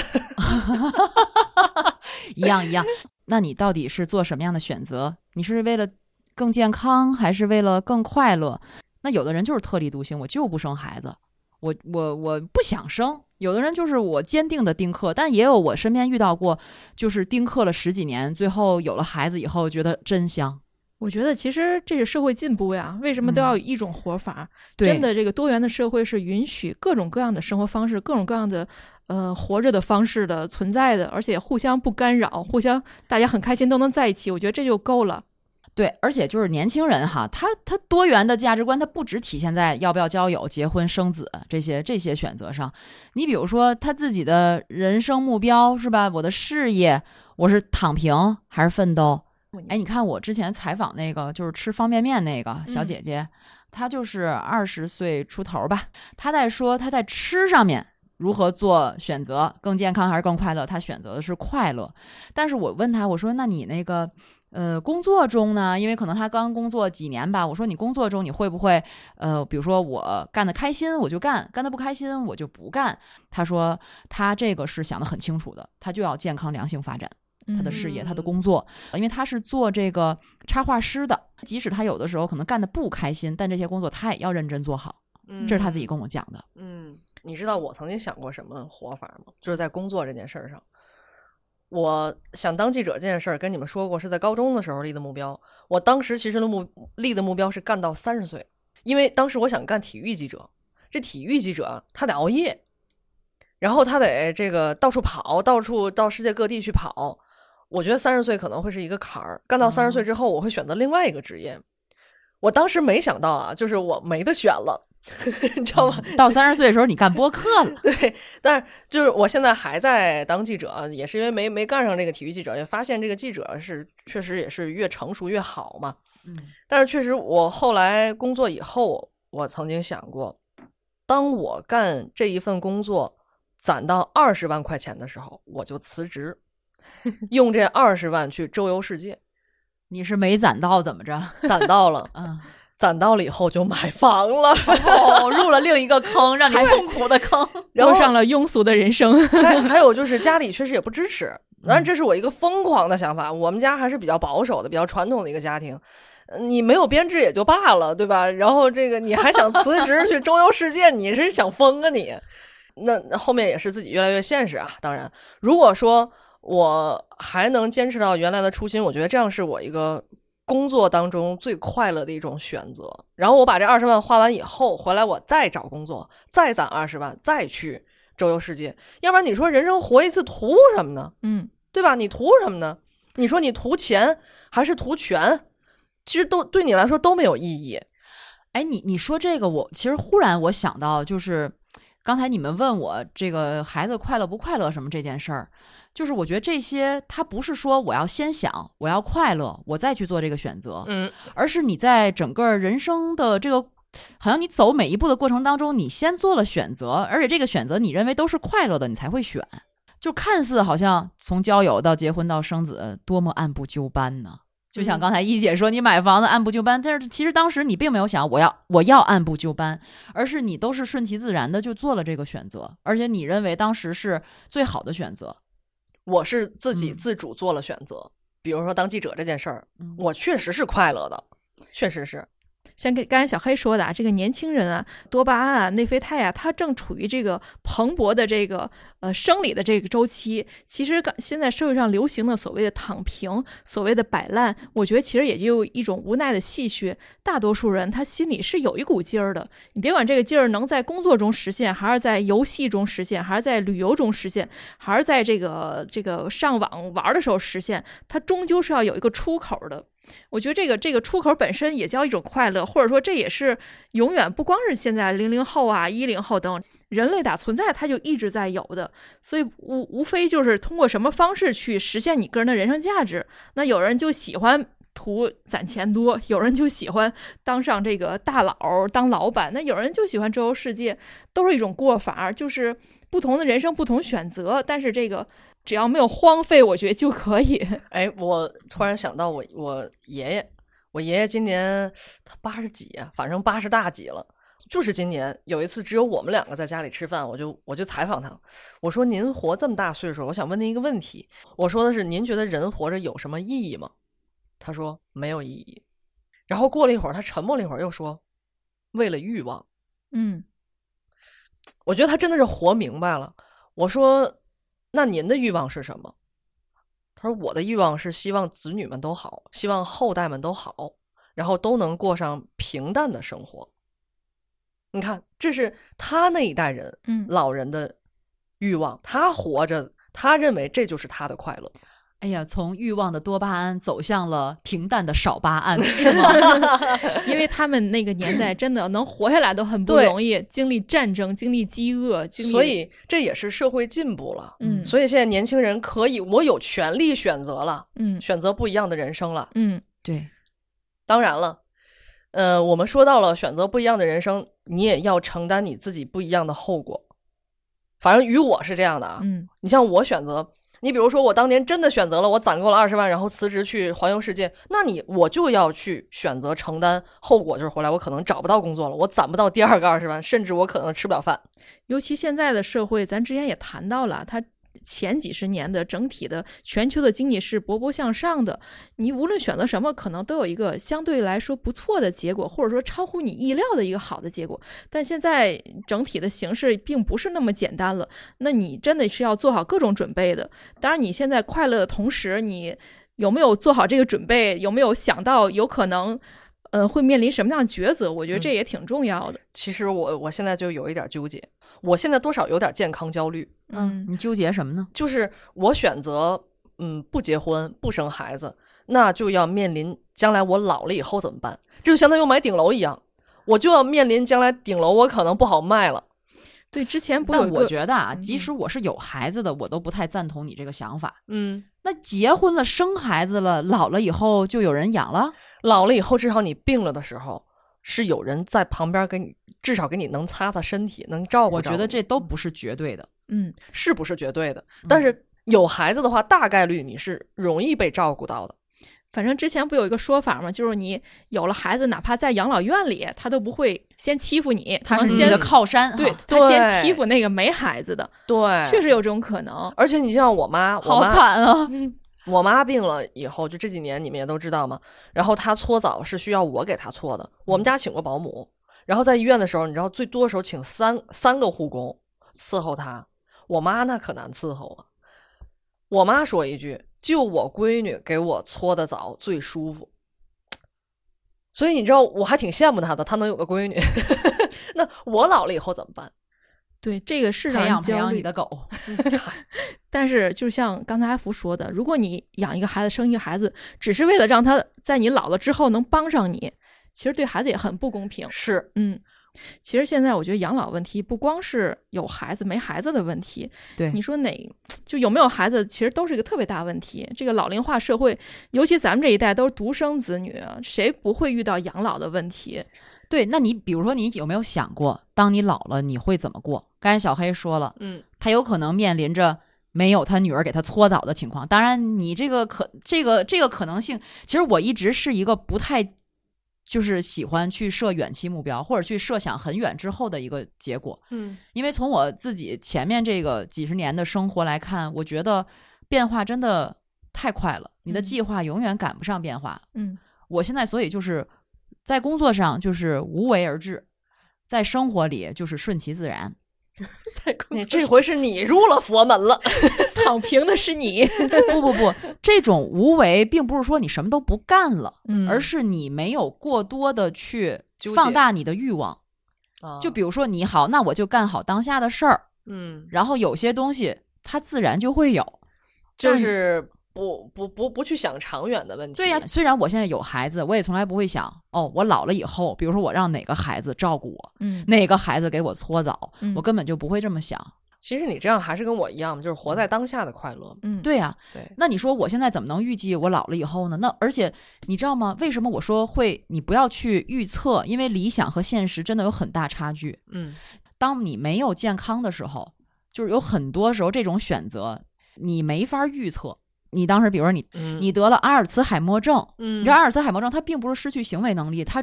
S3: 一样一样。那你到底是做什么样的选择？你是为了更健康，还是为了更快乐？那有的人就是特立独行，我就不生孩子，我我我不想生。有的人就是我坚定的丁克，但也有我身边遇到过，就是丁克了十几年，最后有了孩子以后觉得真香。
S4: 我觉得其实这是社会进步呀，为什么都要有一种活法？
S3: 对
S4: 真的，这个多元的社会是允许各种各样的生活方式、各种各样的呃活着的方式的存在的，而且互相不干扰，互相大家很开心都能在一起，我觉得这就够了。
S3: 对，而且就是年轻人哈，他他多元的价值观，他不只体现在要不要交友、结婚、生子这些这些选择上。你比如说他自己的人生目标是吧？我的事业，我是躺平还是奋斗？哎，你看我之前采访那个就是吃方便面那个小姐姐，她就是二十岁出头吧，她在说她在吃上面。如何做选择更健康还是更快乐？她选择的是快乐，但是我问她，我说那你那个呃，工作中呢，因为可能他刚工作几年吧，我说你工作中你会不会，呃，比如说我干得开心我就干，干得不开心我就不干。他说他这个是想得很清楚的，他就要健康良性发展，
S4: 嗯
S3: 他的事业、他的工作，呃因为他是做这个插画师的，即使他有的时候可能干得不开心，但这些工作他也要认真做好， 这是他自己跟我讲的。
S2: 嗯，你知道我曾经想过什么活法吗？就是在工作这件事儿上，我想当记者这件事儿跟你们说过，是在高中的时候立的目标。我当时其实的目立的目标是干到三十岁，因为当时我想干体育记者。这体育记者啊他得熬夜，然后他得这个到处跑，到处到世界各地去跑。我觉得三十岁可能会是一个坎儿，干到三十岁之后，我会选择另外一个职业。我当时没想到啊，就是我没得选了， 你知道吗？
S3: 嗯到三十岁的时候，你干播客了，
S2: 对，但是就是我现在还在当记者啊，也是因为没没干上这个体育记者，也发现这个记者是确实也是越成熟越好嘛。
S3: 嗯，
S2: 但是确实我后来工作以后，我曾经想过，当我干这一份工作攒到二十万块钱的时候，我就辞职，用这二十万去周游世界。
S3: 你是没攒到怎么着？
S2: 攒到了，
S3: 嗯，
S2: 攒到了以后就买房了。
S3: 哦，入了另一个坑，让你痛苦的 坑，
S2: 然后
S4: 过上了庸俗的人生。
S2: 还还有就是家里确实也不支持，当然这是我一个疯狂的想法。我们家还是比较保守的、比较传统的一个家庭。呃你没有编制也就罢了，对吧？然后这个你还想辞职去周游世界，你是想疯啊你？那那后面也是自己越来越现实啊。当然，如果说我还能坚持到原来的初心，我觉得这样是我一个工作当中最快乐的一种选择。然后我把这二十万花完以后，回来我再找工作，再攒二十万，再去周游世界。要不然你说人生活一次图什么呢？
S4: 嗯，
S2: 对吧？你图什么呢？你说你图钱还是图权？其实都对你来说都没有意义。
S3: 哎，你你说这个我，其实忽然我想到，就是刚才你们问我这个孩子快乐不快乐什么这件事儿，就是我觉得这些他不是说我要先想我要快乐，我再去做这个选择，
S2: 嗯，
S3: 而是你在整个人生的这个。好像你走每一步的过程当中，你先做了选择，而且这个选择你认为都是快乐的，你才会选。就看似好像从交友到结婚到生子，多么按部就班呢？就
S2: 嗯
S3: 像刚才一姐说，你买房子按部就班，但是其实当时你并没有想我要我要按部就班，而是你都是顺其自然的就做了这个选择，而且你认为当时是最好的选择。
S2: 我是自己自主做了选择，比如说当记者这件事儿，我确实是快乐的，确实是。
S4: 像跟刚才小黑说的啊，这个年轻人啊，多巴胺啊、内啡肽啊，它正处于这个蓬勃的这个呃生理的这个周期。其实刚现在社会上流行的所谓的躺平、所谓的摆烂，我觉得其实也就一种无奈的戏谑。大多数人他心里是有一股劲儿的，你别管这个劲儿能在工作中实现，还是在游戏中实现，还是在旅游中实现，还是在这个这个上网玩儿的时候实现，它终究是要有一个出口的。我觉得这个这个出口本身也叫一种快乐，或者说这也是永远不光是现在零零后啊、一零后等人类打存在，它就一直在有的，所以无无非就是通过什么方式去实现你个人的人生价值。那有人就喜欢。图攒钱多，有人就喜欢当上这个大佬儿当老板，那有人就喜欢周游世界，都是一种过法儿，就是不同的人生不同选择，但是这个只要没有荒废，我觉得就可以。
S2: 哎，我突然想到我我爷爷，我爷爷今年他八十几啊，反正八十大几了。就是今年有一次，只有我们两个在家里吃饭，我就我就采访他，我说：“您活这么大岁数，我想问您一个问题。我说的是，您觉得人活着有什么意义吗？”他说：“没有意义。”然后过了一会儿，他沉默了一会儿，又说：“为了欲望。”
S4: 嗯，
S2: 我觉得他真的是活明白了。我说：“那您的欲望是什么？”他说：“我的欲望是希望子女们都好，希望后代们都好，然后都能过上平淡的生活。”你看，这是他那一代人，
S4: 嗯
S2: 老人的欲望，他活着，他认为这就是他的快乐。
S3: 哎呀，从欲望的多巴胺走向了平淡的少巴胺，是吗？
S4: 因为他们那个年代真的能活下来都很不容易，经历战争，经历饥饿，经历
S2: 所以这也是社会进步了。
S4: 嗯
S2: 所以现在年轻人可以，我有权利选择了，
S4: 嗯
S2: 选择不一样的人生了。
S4: 嗯，
S3: 对，
S2: 当然了，呃，我们说到了选择不一样的人生，你也要承担你自己不一样的后果。反正与我是这样的啊，
S4: 嗯，
S2: 你像我选择，你比如说我当年真的选择了我攒够了二十万，然后辞职去环游世界，那你我就要去选择承担后果，就是回来我可能找不到工作了，我攒不到第二个二十万，甚至我可能吃不了饭。
S4: 尤其现在的社会，咱之前也谈到了，它前几十年的整体的全球的经济是勃勃向上的。你无论选择什么，可能都有一个相对来说不错的结果，或者说超乎你意料的一个好的结果。但现在整体的形势并不是那么简单了，那你真的是要做好各种准备的。当然，你现在快乐的同时，你有没有做好这个准备？有没有想到有可能？呃，会面临什么样的抉择？我
S3: 嗯
S4: 觉得这也挺重要的。嗯
S2: 其实我我现在就有一点纠结，我现在多少有点健康焦虑，
S4: 嗯，
S3: 你纠结什么呢？
S2: 就是我选择嗯不结婚不生孩子，那就要面临将来我老了以后怎么办？这就相当于我买顶楼一样，我就要面临将来顶楼我可能不好卖了。
S4: 对，之前不有
S3: 但
S4: 一
S3: 我
S4: 个嗯
S3: 觉得啊，即使我是有孩子的，我都不太赞同你这个想法。
S2: 嗯，
S3: 那结婚了、生孩子了，老了以后就有人养了，
S2: 老了以后至少你病了的时候是有人在旁边给你，至少给你能擦擦身体，能照顾
S3: 我
S2: 照
S3: 觉
S2: 顾。
S3: 得这都不是绝对的。
S4: 嗯，
S2: 是不是绝对的？但是有孩子的话，大概率你是容易被照顾到的。
S4: 反正之前不有一个说法嘛，就是你有了孩子，哪怕在养老院里，他都不会先欺负你，
S3: 他
S4: 能
S3: 是你
S4: 先
S3: 的靠山
S4: 对
S3: 哈
S4: 他先
S2: 对
S4: 欺负那个没孩子的，
S2: 对
S4: 确实有这种可能。
S2: 而且你像我妈，我
S4: 好
S2: 妈
S4: 惨啊！
S2: 我妈病了以后，就这几年你们也都知道嘛。然后她搓澡是需要我给她搓的，我们家请过保姆。然后在医院的时候，你知道最多的时候请三三个护工伺候她。我妈那可难伺候了。我妈说一句：“就我闺女给我搓的澡最舒服。”所以你知道，我还挺羡慕她的，她能有个闺女。 那我老了以后怎么办？
S4: 对，这个是让
S3: 培
S4: 人
S3: 养培
S4: 焦
S3: 养
S4: 虑
S3: 你的狗，
S4: 但是，就像刚才阿福说的，如果你养一个孩子、生一个孩子，只是为了让他在你老了之后能帮上你，其实对孩子也很不公平。
S2: 是，
S4: 嗯，其实现在我觉得养老问题不光是有孩子没孩子的问题，
S3: 对
S4: 你说哪就有没有孩子，其实都是一个特别大问题。这个老龄化社会，尤其咱们这一代都是独生子女，啊谁不会遇到养老的问题？
S3: 对，那你比如说，你有没有想过，当你老了，你会怎么过？刚才小黑说了，
S2: 嗯，
S3: 他有可能面临着没有他女儿给他搓澡的情况。当然，你这个可这个这个可能性，其实我一直是一个不太就是喜欢去设远期目标，或者去设想很远之后的一个结果。
S2: 嗯
S3: 因为从我自己前面这个几十年的生活来看，我觉得变化真的太快了，你的
S4: 嗯
S3: 计划永远赶不上变化。
S4: 嗯
S3: 我现在所以就是在工作上就是无为而治，在生活里就是顺其自然。
S2: 你这回是你入了佛门了。
S4: 躺平的是你，
S3: 不不不，这种无为并不是说你什么都不干了，
S4: 嗯
S3: 而是你没有过多的去
S2: 纠结
S3: 放大你的欲望。
S2: 啊
S4: 啊
S3: 就比如说你好，那我就干好当下的事儿，
S2: 嗯，
S3: 然后有些东西它自然就会有。
S2: 就
S3: 但
S2: 是不不不不去想长远的问题。
S3: 对呀、虽然我现在有孩子，我也从来不会想哦，我老了以后，比如说我让哪个孩子照顾我，
S4: 嗯
S3: 哪个孩子给我搓澡，
S4: 嗯
S3: 我根本就不会这么想。
S2: 其实你这样还是跟我一样，就是活在当下的快乐。
S4: 嗯，
S3: 嗯对呀、
S2: 对，
S3: 那你说我现在怎么能预计我老了以后呢？那而且你知道吗？为什么我说会你不要去预测？因为理想和现实真的有很大差距。
S2: 嗯，
S3: 当你没有健康的时候，就是有很多时候这种选择你没法预测。你当时，比如说你，
S2: 嗯
S3: 你得了阿尔茨海默症，
S2: 嗯
S3: 你知道阿尔茨海默症它并不是失去行为能力，它，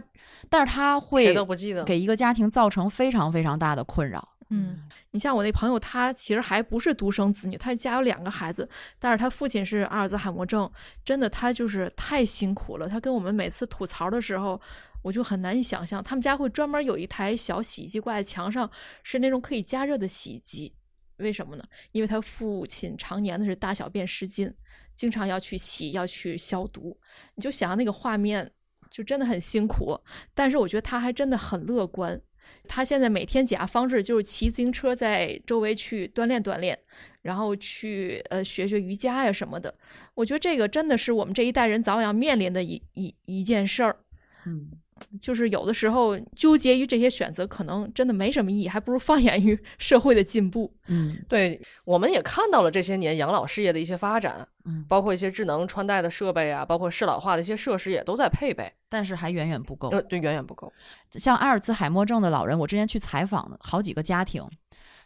S3: 但是它会
S2: 谁都不记得了
S3: 给一个家庭造成非常非常大的困扰。
S4: 嗯，你像我那朋友，他其实还不是独生子女，他家有两个孩子，但是他父亲是阿尔兹海默症，真的他就是太辛苦了。他跟我们每次吐槽的时候，我就很难以想象，他们家会专门有一台小洗衣机挂在墙上，是那种可以加热的洗衣机。为什么呢？因为他父亲常年的是大小便失禁，经常要去洗，要去消毒。你就想那个画面，就真的很辛苦。但是我觉得他还真的很乐观，他现在每天解压方式就是骑自行车在周围去锻炼锻炼，然后去呃学学瑜伽呀什么的。我觉得这个真的是我们这一代人早晚要面临的一一一件事儿。
S3: 嗯，
S4: 就是有的时候纠结于这些选择，可能真的没什么意义，还不如放眼于社会的进步。
S3: 嗯，
S2: 对，我们也看到了这些年养老事业的一些发展，
S3: 嗯，
S2: 包括一些智能穿戴的设备啊，包括适老化的一些设施也都在配备，
S3: 但是还远远不够。
S2: 呃，对，远远不够。
S3: 像阿尔兹海默症的老人，我之前去采访的好几个家庭，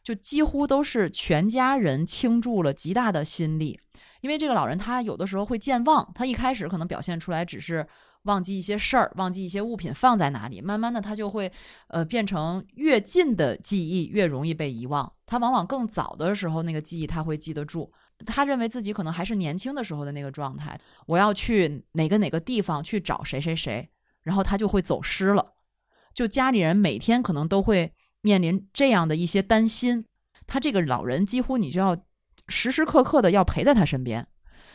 S3: 就几乎都是全家人倾注了极大的心力，因为这个老人他有的时候会健忘，他一开始可能表现出来只是忘记一些事儿，忘记一些物品放在哪里，慢慢的他就会呃变成越近的记忆越容易被遗忘，他往往更早的时候那个记忆他会记得住。他认为自己可能还是年轻的时候的那个状态，我要去哪个哪个地方去找谁谁谁，然后他就会走失了。就家里人每天可能都会面临这样的一些担心，他这个老人几乎你就要时时刻刻的要陪在他身边。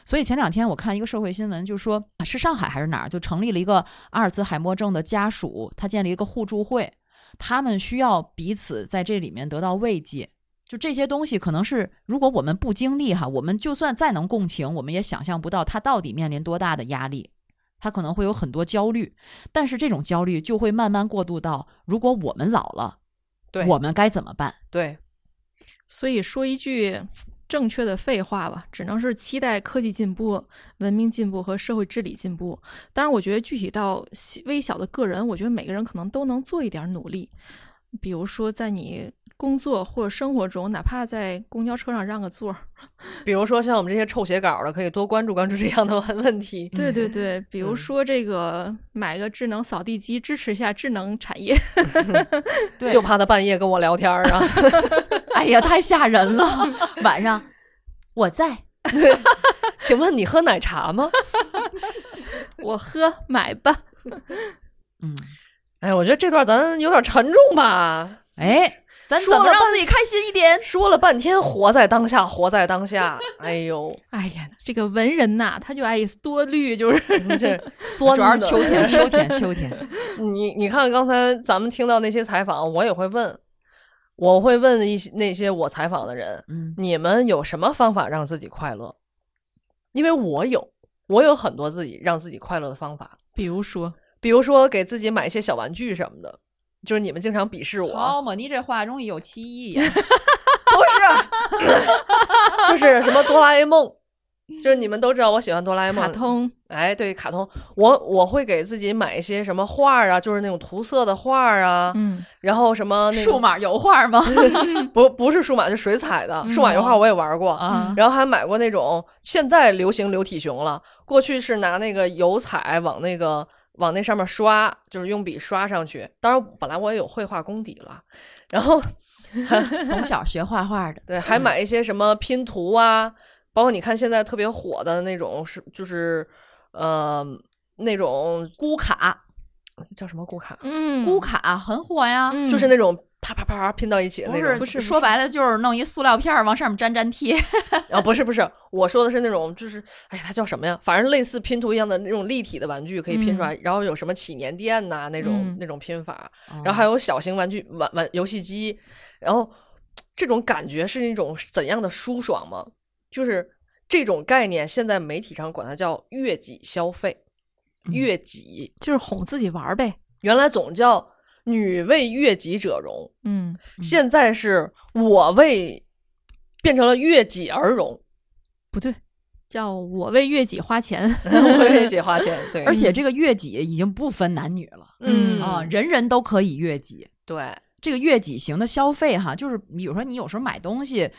S3: 所以前两天我看一个社会新闻，就说是上海还是哪儿，就成立了一个阿尔茨海默症的家属，他建立一个互助会，他们需要彼此在这里面得到慰藉。就这些东西，可能是如果我们不经历哈，我们就算再能共情，我们也想象不到他到底面临多大的压力。他可能会有很多焦虑，但是这种焦虑就会慢慢过渡到，如果我们老了，
S2: 对，
S3: 我们该怎么办？
S2: 对，
S4: 所以说一句正确的废话吧，只能是期待科技进步、文明进步和社会治理进步。当然，我觉得具体到细微小的个人，我觉得每个人可能都能做一点努力，比如说在你。工作或者生活中，哪怕在公交车上让个座儿，
S2: 比如说像我们这些臭写稿的，可以多关注关注这样的问 问题。
S3: 嗯
S4: 对对对，比如说这个买个智能扫地机，支持一下智能产业。
S3: 对，
S2: 就怕他半夜跟我聊天儿啊！
S3: 哎呀，太吓人了！晚上我在，
S2: 请问你喝奶茶吗？
S4: 我喝，买吧。
S3: 嗯，
S2: 哎，我觉得这段咱有点沉重吧？
S3: 哎。咱
S2: 说了
S3: 让自己开心 一点？
S2: 说了半天，活在当下，活在当下。哎呦，
S4: 哎呀，这个文人呐、他就爱多虑，就是
S2: 这酸。
S3: 主要是 嗯秋天，秋天，秋天。
S2: 你你看，刚才咱们听到那些采访，我也会问，我会问一些那些我采访的人，
S3: 嗯，
S2: 你们有什么方法让自己快乐？因为我有，我有很多自己让自己快乐的方法，
S4: 比如说，
S2: 比如说给自己买一些小玩具什么的。就是你们经常鄙视我，
S3: 好嘛，你这话容易有歧义呀。
S2: 不是， 就是什么哆啦 A 梦，就是你们都知道我喜欢哆啦 A 梦，
S4: 卡通，
S2: 哎，对，卡通，我我会给自己买一些什么画儿啊，就是那种涂色的画儿啊，
S4: 嗯，
S2: 然后什么那
S3: 数码油画 吗？
S2: 不不是数码，是水彩的，数码油画我也玩过，
S3: 啊
S2: 然后还买过那种现在流行流体熊了，过去是拿那个油彩往那个。往那上面刷，就是用笔刷上去。当然，本来我也有绘画功底了，然后
S3: 嗯从小学画画的，
S2: 对，还买一些什么拼图啊，包括你看现在特别火的那种是就是呃那种
S3: 咕卡，
S2: 叫什么咕卡，
S4: 嗯，
S3: 咕卡很火呀。
S4: 嗯
S2: 就是那种啪啪啪啪拼到一起的
S3: 不
S2: 那
S3: 是
S2: 种，
S4: 不是
S3: 说白了就是弄一塑料片儿往上面粘粘贴。
S2: 啊，不是不是，我说的是那种就是哎呀，它叫什么呀？反正类似拼图一样的那种立体的玩具可以拼出来，然后有什么祈年垫呐、那种、
S4: 嗯
S2: 那种拼法，
S3: 哦
S2: 然后还有小型玩具玩玩游戏机，然后这种感觉是一种怎样的舒爽吗？就是这种概念，现在媒体上管它叫悦己消费，悦己。
S4: 就是哄自己玩儿呗。
S2: 原来总叫女为悦己者容，
S4: 嗯，
S2: 现在是我为变成了悦己而 容，
S4: 不对，叫我为悦己花钱。
S2: 我为己花 钱。对，
S3: 而且这个悦己已经不分男女了
S2: 嗯
S3: 啊，人人都可以悦己。
S2: 对，
S3: 这个悦己型的消费哈，就是比如说你有时候买东西，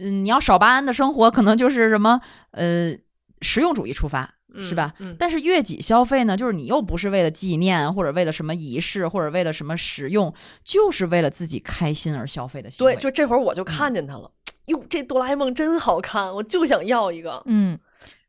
S3: 嗯，你要少巴胺的生活，可能就是什么呃实用主义出发，是吧？
S2: 嗯嗯
S3: 但是悦己消费呢，就是你又不是为了纪念啊或者为了什么仪式或者为了什么实用，就是为了自己开心而消费的行为。
S2: 对，嗯就这会儿我就看见它了。哟，这哆啦 A 梦真好看，我就想要一个，
S4: 嗯，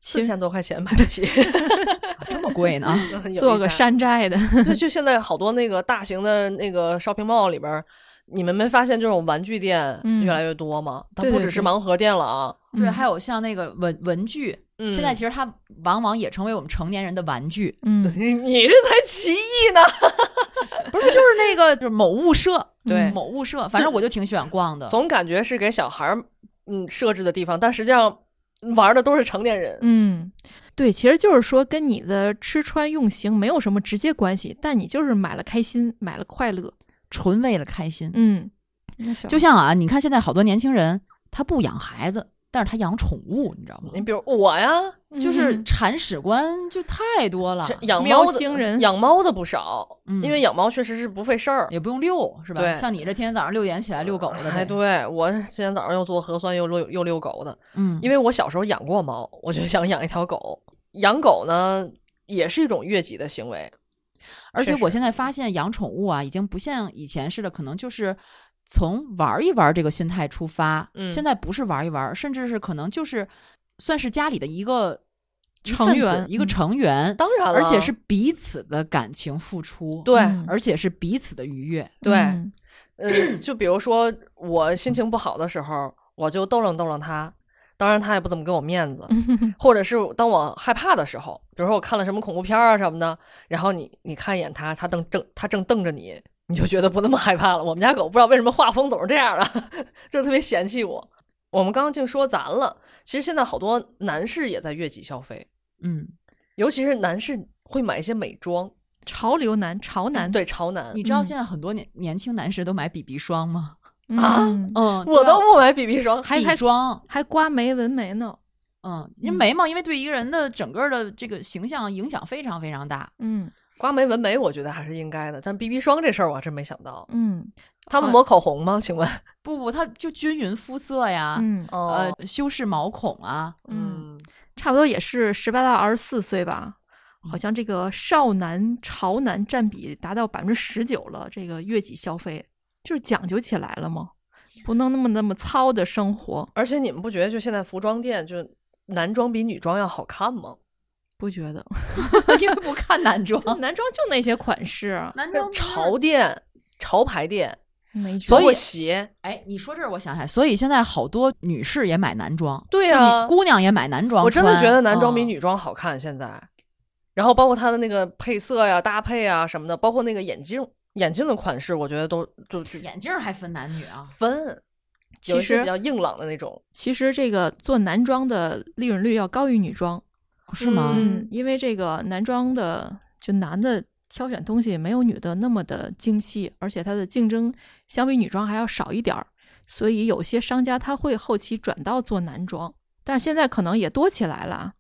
S2: 四千多块钱买得 起，
S3: 啊这么贵呢？
S2: 有一
S4: 做个
S2: 家
S4: 山寨的，
S2: 就就现在好多那个大型的那个 shopping mall 里边儿，你们没发现这种玩具店
S4: 嗯
S2: 越来越多吗？它
S4: 对
S2: 不
S4: 对
S2: 只是
S4: 对
S2: 盲盒店了啊。
S3: 对，
S4: 嗯
S3: 还有像那个文文具，
S2: 嗯
S3: 现在其实它往往也成为我们成年人的玩具。
S4: 嗯，
S2: 你你这才歧义呢！
S3: 不是，就是那个就是某物社，
S2: 对
S3: 嗯某物社，反正我就挺喜欢逛的。
S2: 总感觉是给小孩儿嗯设置的地方，但实际上玩的都是成年人。
S4: 嗯，对，其实就是说跟你的吃穿用行没有什么直接关系，但你就是买了开心，买了快乐，
S3: 纯为了开心。
S4: 嗯，
S3: 就像啊，你看现在好多年轻人，他不养孩子，但是他养宠物，你知道吗？
S2: 你比如我呀，
S3: 就是铲屎官就太多了
S2: 嗯是，养
S3: 啊喵
S2: 猫的
S3: 星
S2: 养猫的不少，
S3: 嗯
S2: 因为养猫确实是不费事儿，
S3: 也不用遛，是吧？
S2: 对，
S3: 像你这天天早上六点起来遛狗的呗，
S2: 哎，对我今天早上又做核酸又遛又遛狗的，
S3: 嗯
S2: 因为我小时候养过猫，我就想养一条狗。养狗呢，也是一种越级的行为，
S3: 而且
S2: 确实
S3: 我现在发现养宠物啊，已经不像以前似的，可能就是从玩一玩这个心态出发。
S2: 嗯
S3: 现在不是玩一玩，甚至是可能就是算是家里的一个一
S4: 成
S3: 份子
S4: 员
S3: 一个
S4: 嗯
S3: 成员。
S2: 当然
S3: 而且
S2: 了
S3: 是彼此的感情付出，
S2: 对
S3: 嗯而且是彼此的愉悦，
S2: 对，呃，就比如说我心情不好的时候，我就逗弄逗弄它，当然它也不怎么给我面 子，或者是当我害怕的时候，比如说我看了什么恐怖片儿啊什么的，然后你你看一眼它，它瞪正它正瞪着你，你就觉得不那么害怕了。我们家狗不知道为什么画风总是这样的， 就特别嫌弃我。我们刚刚净说咱了，其实现在好多男士也在越级消费，
S3: 嗯，
S2: 尤其是男士会买一些美妆，
S4: 潮流男，潮男，
S2: 嗯对潮男，
S3: 你知道现在很多年年轻男士都买 BB 霜吗？
S2: 啊
S4: 嗯，
S3: 嗯，
S2: 我都
S3: 对啊
S2: 不买 BB 霜，
S4: 还
S3: 底
S4: 还
S3: 妆，
S4: 还刮眉纹眉呢，
S3: 嗯，因为眉毛因为对一个人的整个的这个形象影响非常非常大。
S4: 嗯
S2: 刮眉纹眉，我觉得还是应该的。但 BB 霜这事儿我还真没想到。
S4: 嗯，
S2: 他们抹口红吗？请问？
S3: 不不，它就均匀肤色呀，
S4: 嗯
S3: 呃，修饰毛孔啊，
S2: 哦 嗯，
S4: 差不多也是十八到二十四岁吧。好像这个少男潮男占比达到百分之十九了，这个月级消费就是讲究起来了嘛，不能那么那么糙的生活，
S2: 而且你们不觉得就现在服装店就男装比女装要好看吗？
S4: 不觉 得？
S3: 因为不看男装，
S4: 男装就那些款式，啊
S3: 男
S2: 啊
S3: 装
S2: 潮店、潮牌店，
S4: 没
S3: 所以
S2: 包括鞋，
S3: 哎，你说这儿我想起来，所以现在好多女士也买男装，
S2: 对
S3: 就
S2: 啊
S3: 你姑娘也买男装穿，
S2: 我真的觉得男装比
S3: 嗯
S2: 女装好看现在。然后包括它的那个配色呀、搭配啊什么的，包括那个眼镜、眼镜的款式，我觉得都就就
S3: 眼镜儿还分男女啊，
S2: 分，
S4: 其
S2: 有一些
S4: 实
S2: 比较硬朗的那 种，
S4: 其实这个做男装的利润率要高于女装，
S3: 是吗？
S4: 嗯，因为这个男装的就男的挑选东西没有女的那么的精细，而且它的竞争相比女装还要少一点儿，所以有些商家他会后期转到做男装，但是现在可能也多起来了啊。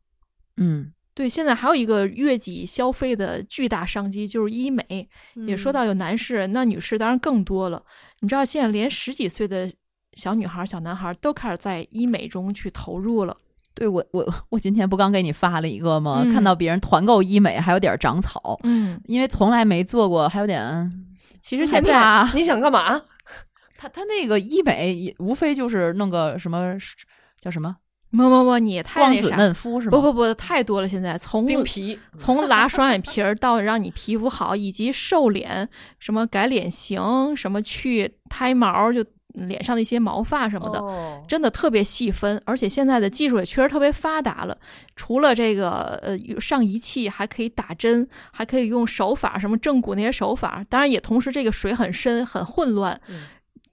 S3: 嗯，
S4: 对，现在还有一个月季消费的巨大商机就是医美，也说到有男士，那女士当然更多了。你知道现在连十几岁的小女孩、小男孩都开始在医美中去投入了。
S3: 对我我我今天不刚给你发了一个吗？
S4: 嗯
S3: 看到别人团购医美还有点长草，
S4: 嗯，
S3: 因为从来没做过，还有点
S4: 其实
S3: 害
S4: 现在
S3: 怕
S2: 你想干嘛？
S3: 他他那个医美也无非就是弄个什么叫什么
S4: 么么么，你也太
S3: 光
S4: 那
S3: 子
S4: 啥
S3: 嫩肤是吗？
S4: 不不不，太多了。现在从
S2: 冰 皮嗯
S4: 从拉双眼皮儿到让你皮肤好，以及瘦脸，什么改脸型，什么去胎毛，就脸上的一些毛发什么的，
S2: 哦
S4: 真的特别细分。而且现在的技术也确实特别发达了，除了这个呃上仪器，还可以打针，还可以用手法，什么正骨那些手法。当然也同时这个水很深，很混乱，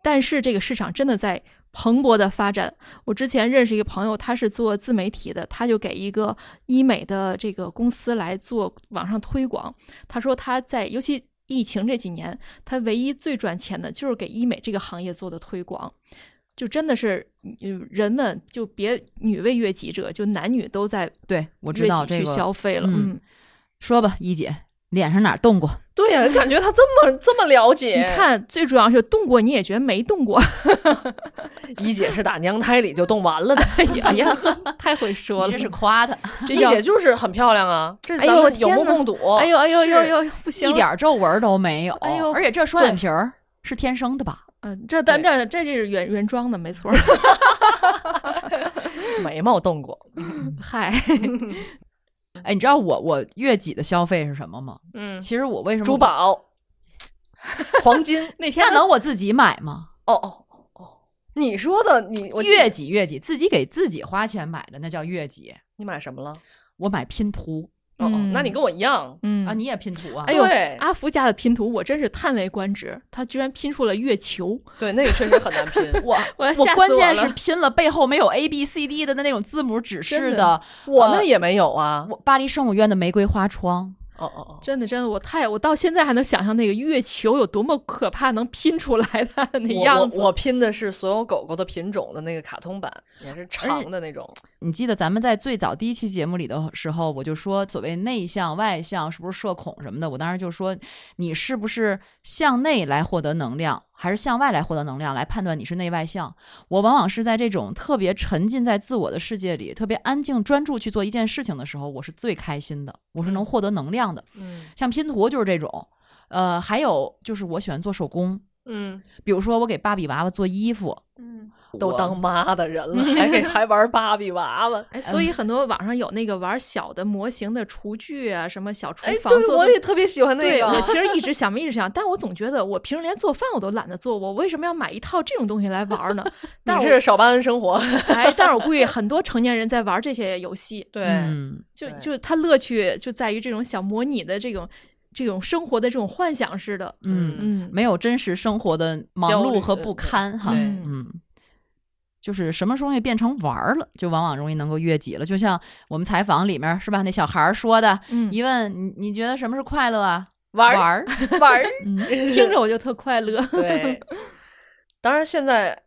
S4: 但是这个市场真的在蓬勃的发展。我之前认识一个朋友，他是做自媒体的，他就给一个医美的这个公司来做网上推广。他说他在尤其疫情这几年，他唯一最赚钱的就是给医美这个行业做的推广。就真的是，嗯人们就别女为悦己者，就男女都在
S3: 对我知
S4: 越
S3: 道
S4: 级
S3: 这
S4: 去
S3: 个
S4: 消费了。
S3: 嗯说吧，一姐脸上哪儿动过？
S2: 对 呀、感觉他这么这么了解。
S4: 你，看，最主要是动过，你也觉得没动过。
S2: 一姐是打娘胎里就动完了 的，
S4: 哎呀，太会说了，
S3: 这是夸他，
S4: 这
S2: 一
S4: 叫
S2: 姐就是很漂亮啊，这是
S4: 哎
S2: 咱
S4: 呦我
S2: 们有
S4: 天
S2: 目
S4: 呐
S2: 共睹。
S4: 哎呦 哎呦哎呦哎呦，不行，
S3: 一点儿皱纹都没有。
S4: 哎呦
S3: 而且这双眼皮儿是天生的吧？
S4: 嗯，这但这这是原原装的，没错儿。
S3: 啊
S2: 眉毛动过，
S4: 嗯嗨，
S3: 哎，你知道我我月己的消费是什么吗？
S2: 嗯，
S3: 其实我为什么
S2: 珠？宝、黄金。
S4: 那天
S3: 那能我自己买吗？
S2: 哦哦哦，你说的你我记
S3: 月己月己，自己给自己花钱买的那叫月己。
S2: 你买什么了？
S3: 我买拼图，
S2: 嗯，那你跟我一样，
S4: 嗯
S3: 啊，你也拼图啊？
S4: 哎呦
S2: 对，
S4: 阿福家的拼图我真是叹为观止，他居然拼出了月球。
S2: 对，那个确实很难 拼。
S3: 我
S4: 我
S3: 我
S4: 吓死
S3: 关键
S4: 了
S3: 是拼了背后没有 A B C D 的那种字母指示
S4: 真的
S3: 的，
S2: 我
S3: 呃
S2: 那也没有啊。
S3: 我巴黎圣母院的玫瑰花窗，
S2: 哦哦哦，
S4: 真的真的，我太我到现在还能想象那个月球有多么可怕，能拼出来它的那
S2: 我
S4: 样子。
S2: 我我拼的是所有狗狗的品种的那个卡通版，也是长的那种。
S3: 你记得咱们在最早第一期节目里的时候，我就说所谓内向、外向是不是社恐什么的，我当时就说你是不是向内来获得能量，还是向外来获得能量，来判断你是内外向。我往往是在这种特别沉浸在自我的世界里，特别安静专注去做一件事情的时候，我是最开心的，我是能获得能量的。
S2: 嗯
S3: 像拼图就是这种，呃，还有就是我喜欢做手工，
S2: 嗯，
S3: 比如说我给芭比娃娃做衣服，
S4: 嗯，
S2: 都当妈的人 了，还给还玩芭比娃 娃。
S4: 哎，所以很多网上有那个玩小的模型的厨具啊，什么小厨
S2: 哎，
S4: 房
S2: 对，
S4: 做的。
S2: 我也特别喜欢那
S4: 对
S2: 个。
S4: 我其实一直想，一直想，但我总觉得我平时连做饭我都懒得做，我为什么要买一套这种东西来玩呢？但
S2: 你
S4: 是
S2: 是少巴胺生活，
S4: 哎，但是我估计很多成年人在玩这些游戏，
S2: 对，
S3: 嗯，
S4: 就
S2: 对
S4: 就他乐趣就在于这种想模拟的这种这种生活的这种幻想式的，
S3: 嗯，
S4: 嗯，
S3: 没有真实生活的忙
S2: 焦虑
S3: 碌和
S2: 对
S3: 不
S2: 对
S3: 堪哈，
S2: 对
S3: 嗯，就是什么东西变成玩儿了，就往往容易能够越级了。就像我们采访里面是吧，那小孩儿说的，
S4: 嗯
S3: 一问你你觉得什么是快乐啊？
S2: 玩
S3: 玩
S2: 儿
S3: 儿， 嗯
S2: 玩儿。
S4: 听着我就特快乐。
S2: 对， 当然现在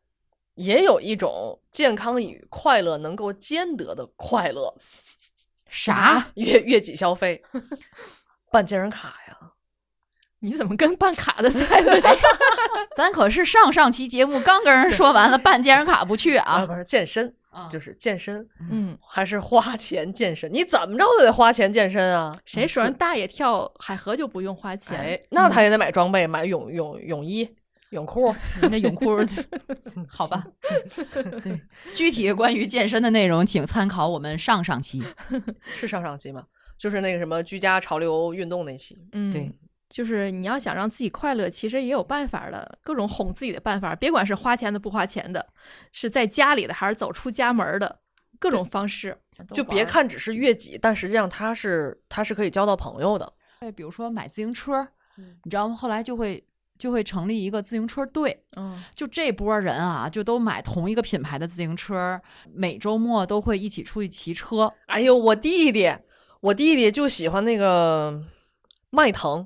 S2: 也有一种健康与快乐能够兼得的快乐，
S4: 啊
S3: 啥？
S2: 月月己消 费，办健身卡呀，
S4: 你怎么跟办卡的 赛的？
S2: 哎
S3: 咱可是上上期节目刚跟人说完了，办健身卡不去
S2: 啊
S3: 啊，
S2: 不是健身，
S3: 啊
S2: 就是健身，
S4: 嗯，
S2: 还是花钱健身？你怎么着都得花钱健身啊！
S3: 嗯
S4: 谁说人大爷跳海河就不用花钱？嗯
S2: 哎，那他也得买装备，买泳泳泳衣、泳 裤。
S3: 你 那泳裤儿，好吧？对，具体关于健身的内容，请参考我们上上期。
S2: 是上上期吗？就是那个什么居家潮流运动那期，
S4: 嗯，
S3: 对，
S4: 就是你要想让自己快乐，其实也有办法的，各种哄自己的办法，别管是花钱的不花钱的，是在家里的还是走出家门的，各种方式都
S2: 就别
S4: 玩儿。
S2: 看只是越级，但实际上他是他是可以交到朋友的。
S3: 对，比如说买自行车儿，你知道吗？后来就会就会成立一个自行车队，
S4: 嗯，
S3: 就这波人啊，就都买同一个品牌的自行车儿，每周末都会一起出去骑车。
S2: 哎呦，我弟弟，我弟弟就喜欢那个迈腾，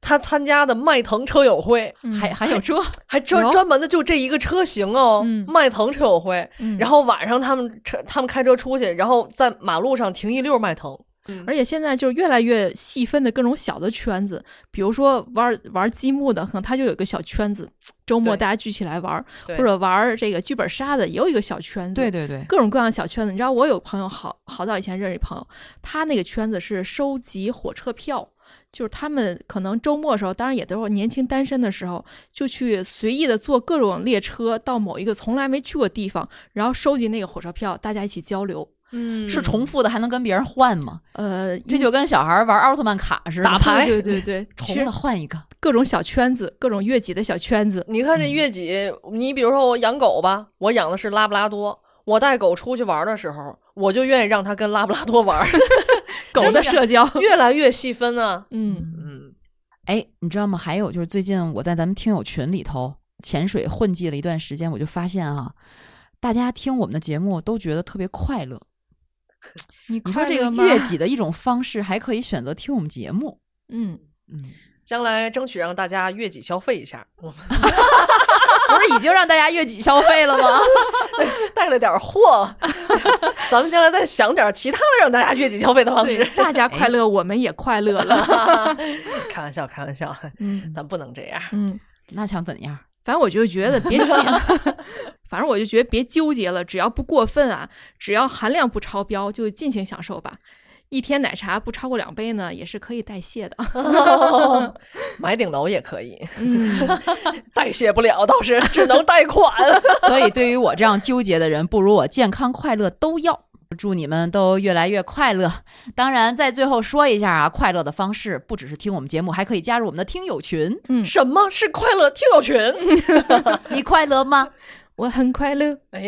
S2: 他参加的迈腾车友会，
S4: 嗯
S3: 还还有这，
S2: 还专
S4: 哟
S2: 专门的就这一个车型哦，
S4: 嗯
S2: 迈腾车友会。
S4: 嗯
S2: 然后晚上他们车他们开车出去，然后在马路上停一溜迈腾。
S4: 而且现在就是越来越细分的各种小的圈子，比如说玩玩积木的，可能他就有一个小圈子，周末
S2: 对
S4: 大家聚起来玩儿，
S2: 对
S4: 或者玩这个剧本杀的也有一个小圈子。
S3: 对对对，
S4: 各种各样小圈子。你知道，我有朋友好好早以前认识一朋友，他那个圈子是收集火车票，就是他们可能周末的时候，当然也都是年轻单身的时候，就去随意的坐各种列车到某一个从来没去过地方，然后收集那个火车票，大家一起交流。
S2: 嗯
S3: 是重复的还能跟别人换吗？
S4: 呃，
S3: 这就跟小孩玩奥特曼卡似的，
S2: 打牌
S4: 对对对对，
S3: 重
S4: 其实
S3: 了换一个。
S4: 各种小圈子，各种越级的小圈子。
S2: 你看这月几，你比如说我养狗吧，我养的是拉布拉多。我带狗出去玩的时候，我就愿意让它跟拉布拉多玩儿，
S4: 狗
S2: 真
S4: 的
S2: 的
S4: 社交，
S2: 越来越细分啊。
S4: 嗯
S2: 嗯，
S3: 哎，你知道吗？还有就是最近我在咱们听友群里头潜水混迹了一段时间，我就发现啊，大家听我们的节目都觉得特别快乐。
S4: 你
S3: 你说这个
S4: 越
S3: 悦己的一种方式，还可以选择听我们节目。
S4: 嗯，
S3: 嗯，
S2: 将来争取让大家月己消费一下，我们
S3: 不是已经让大家悦己消费了吗？
S2: 带了点儿 货，咱们将来再想点儿其他的让大家月己消费的方
S4: 对
S2: 式，。
S4: 大 家快乐，我们也快乐了。
S2: 开玩笑，开玩笑，
S4: 嗯
S2: 咱不能这 样。
S4: 嗯。
S3: 那想怎样？
S4: 反正我就觉得 别紧，反正我就觉得别纠结了，只要不过分啊，只要含量不超标，就尽情享受吧。一天奶茶不超过两杯呢，也是可以代谢的。
S2: 买顶楼也可以，
S4: 嗯
S2: 代谢不了倒是，只能贷 款。
S3: 所以对于我这样纠结的人，不如我健康快乐都要。祝你们都越来越快乐！当然，在最后说一下啊，快乐的方式不只是听我们节目，还可以加入我们的听友群。
S2: 什么是快乐听友群？
S3: 你快乐吗？
S4: 我很快乐，
S2: 哎，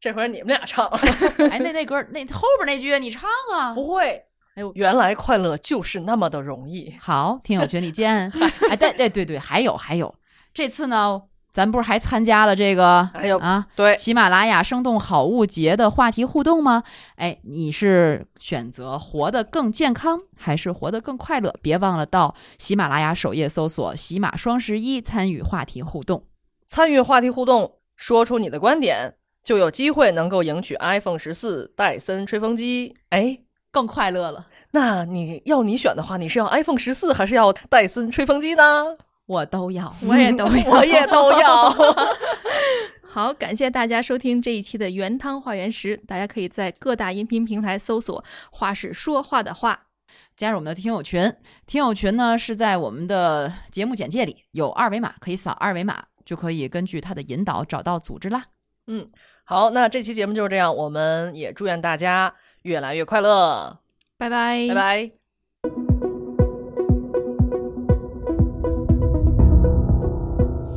S2: 这回你们俩唱
S3: 哎，那那歌那后边那句你唱啊，
S2: 不会，
S4: 哎呦，
S2: 原来快乐就是那么的容易。
S3: 好，听友群里见。哎，对对对对，还有还有，这次呢，咱不是还参加了这个
S2: 哎呦
S3: 啊，
S2: 对
S3: 喜马拉雅生动好物节的话题互动吗？哎，你是选择活得更健康，还是活得更快乐？别忘了到喜马拉雅首页搜索“喜马双十一”，参与话题互动。
S2: 参与话题互动，说出你的观点，就有机会能够赢取 iPhone 十四、戴森吹风机。哎，
S3: 更快乐了。
S2: 那你要你选的话，你是要 iPhone 十四还是要戴森吹风机呢？
S3: 我都要，
S4: 我也 都要，
S2: 我也都要。
S4: 好，感谢大家收听这一期的《原汤化原食》，大家可以在各大音频平台搜索“话是说话的话
S3: 加入我们的听友群。听友群呢是在我们的节目简介里有二维码，可以扫二维码就可以根据它的引导找到组织啦。
S2: 嗯，好，那这期节目就是这样，我们也祝愿大家越来越快乐，”，
S4: 拜拜，
S2: 拜拜。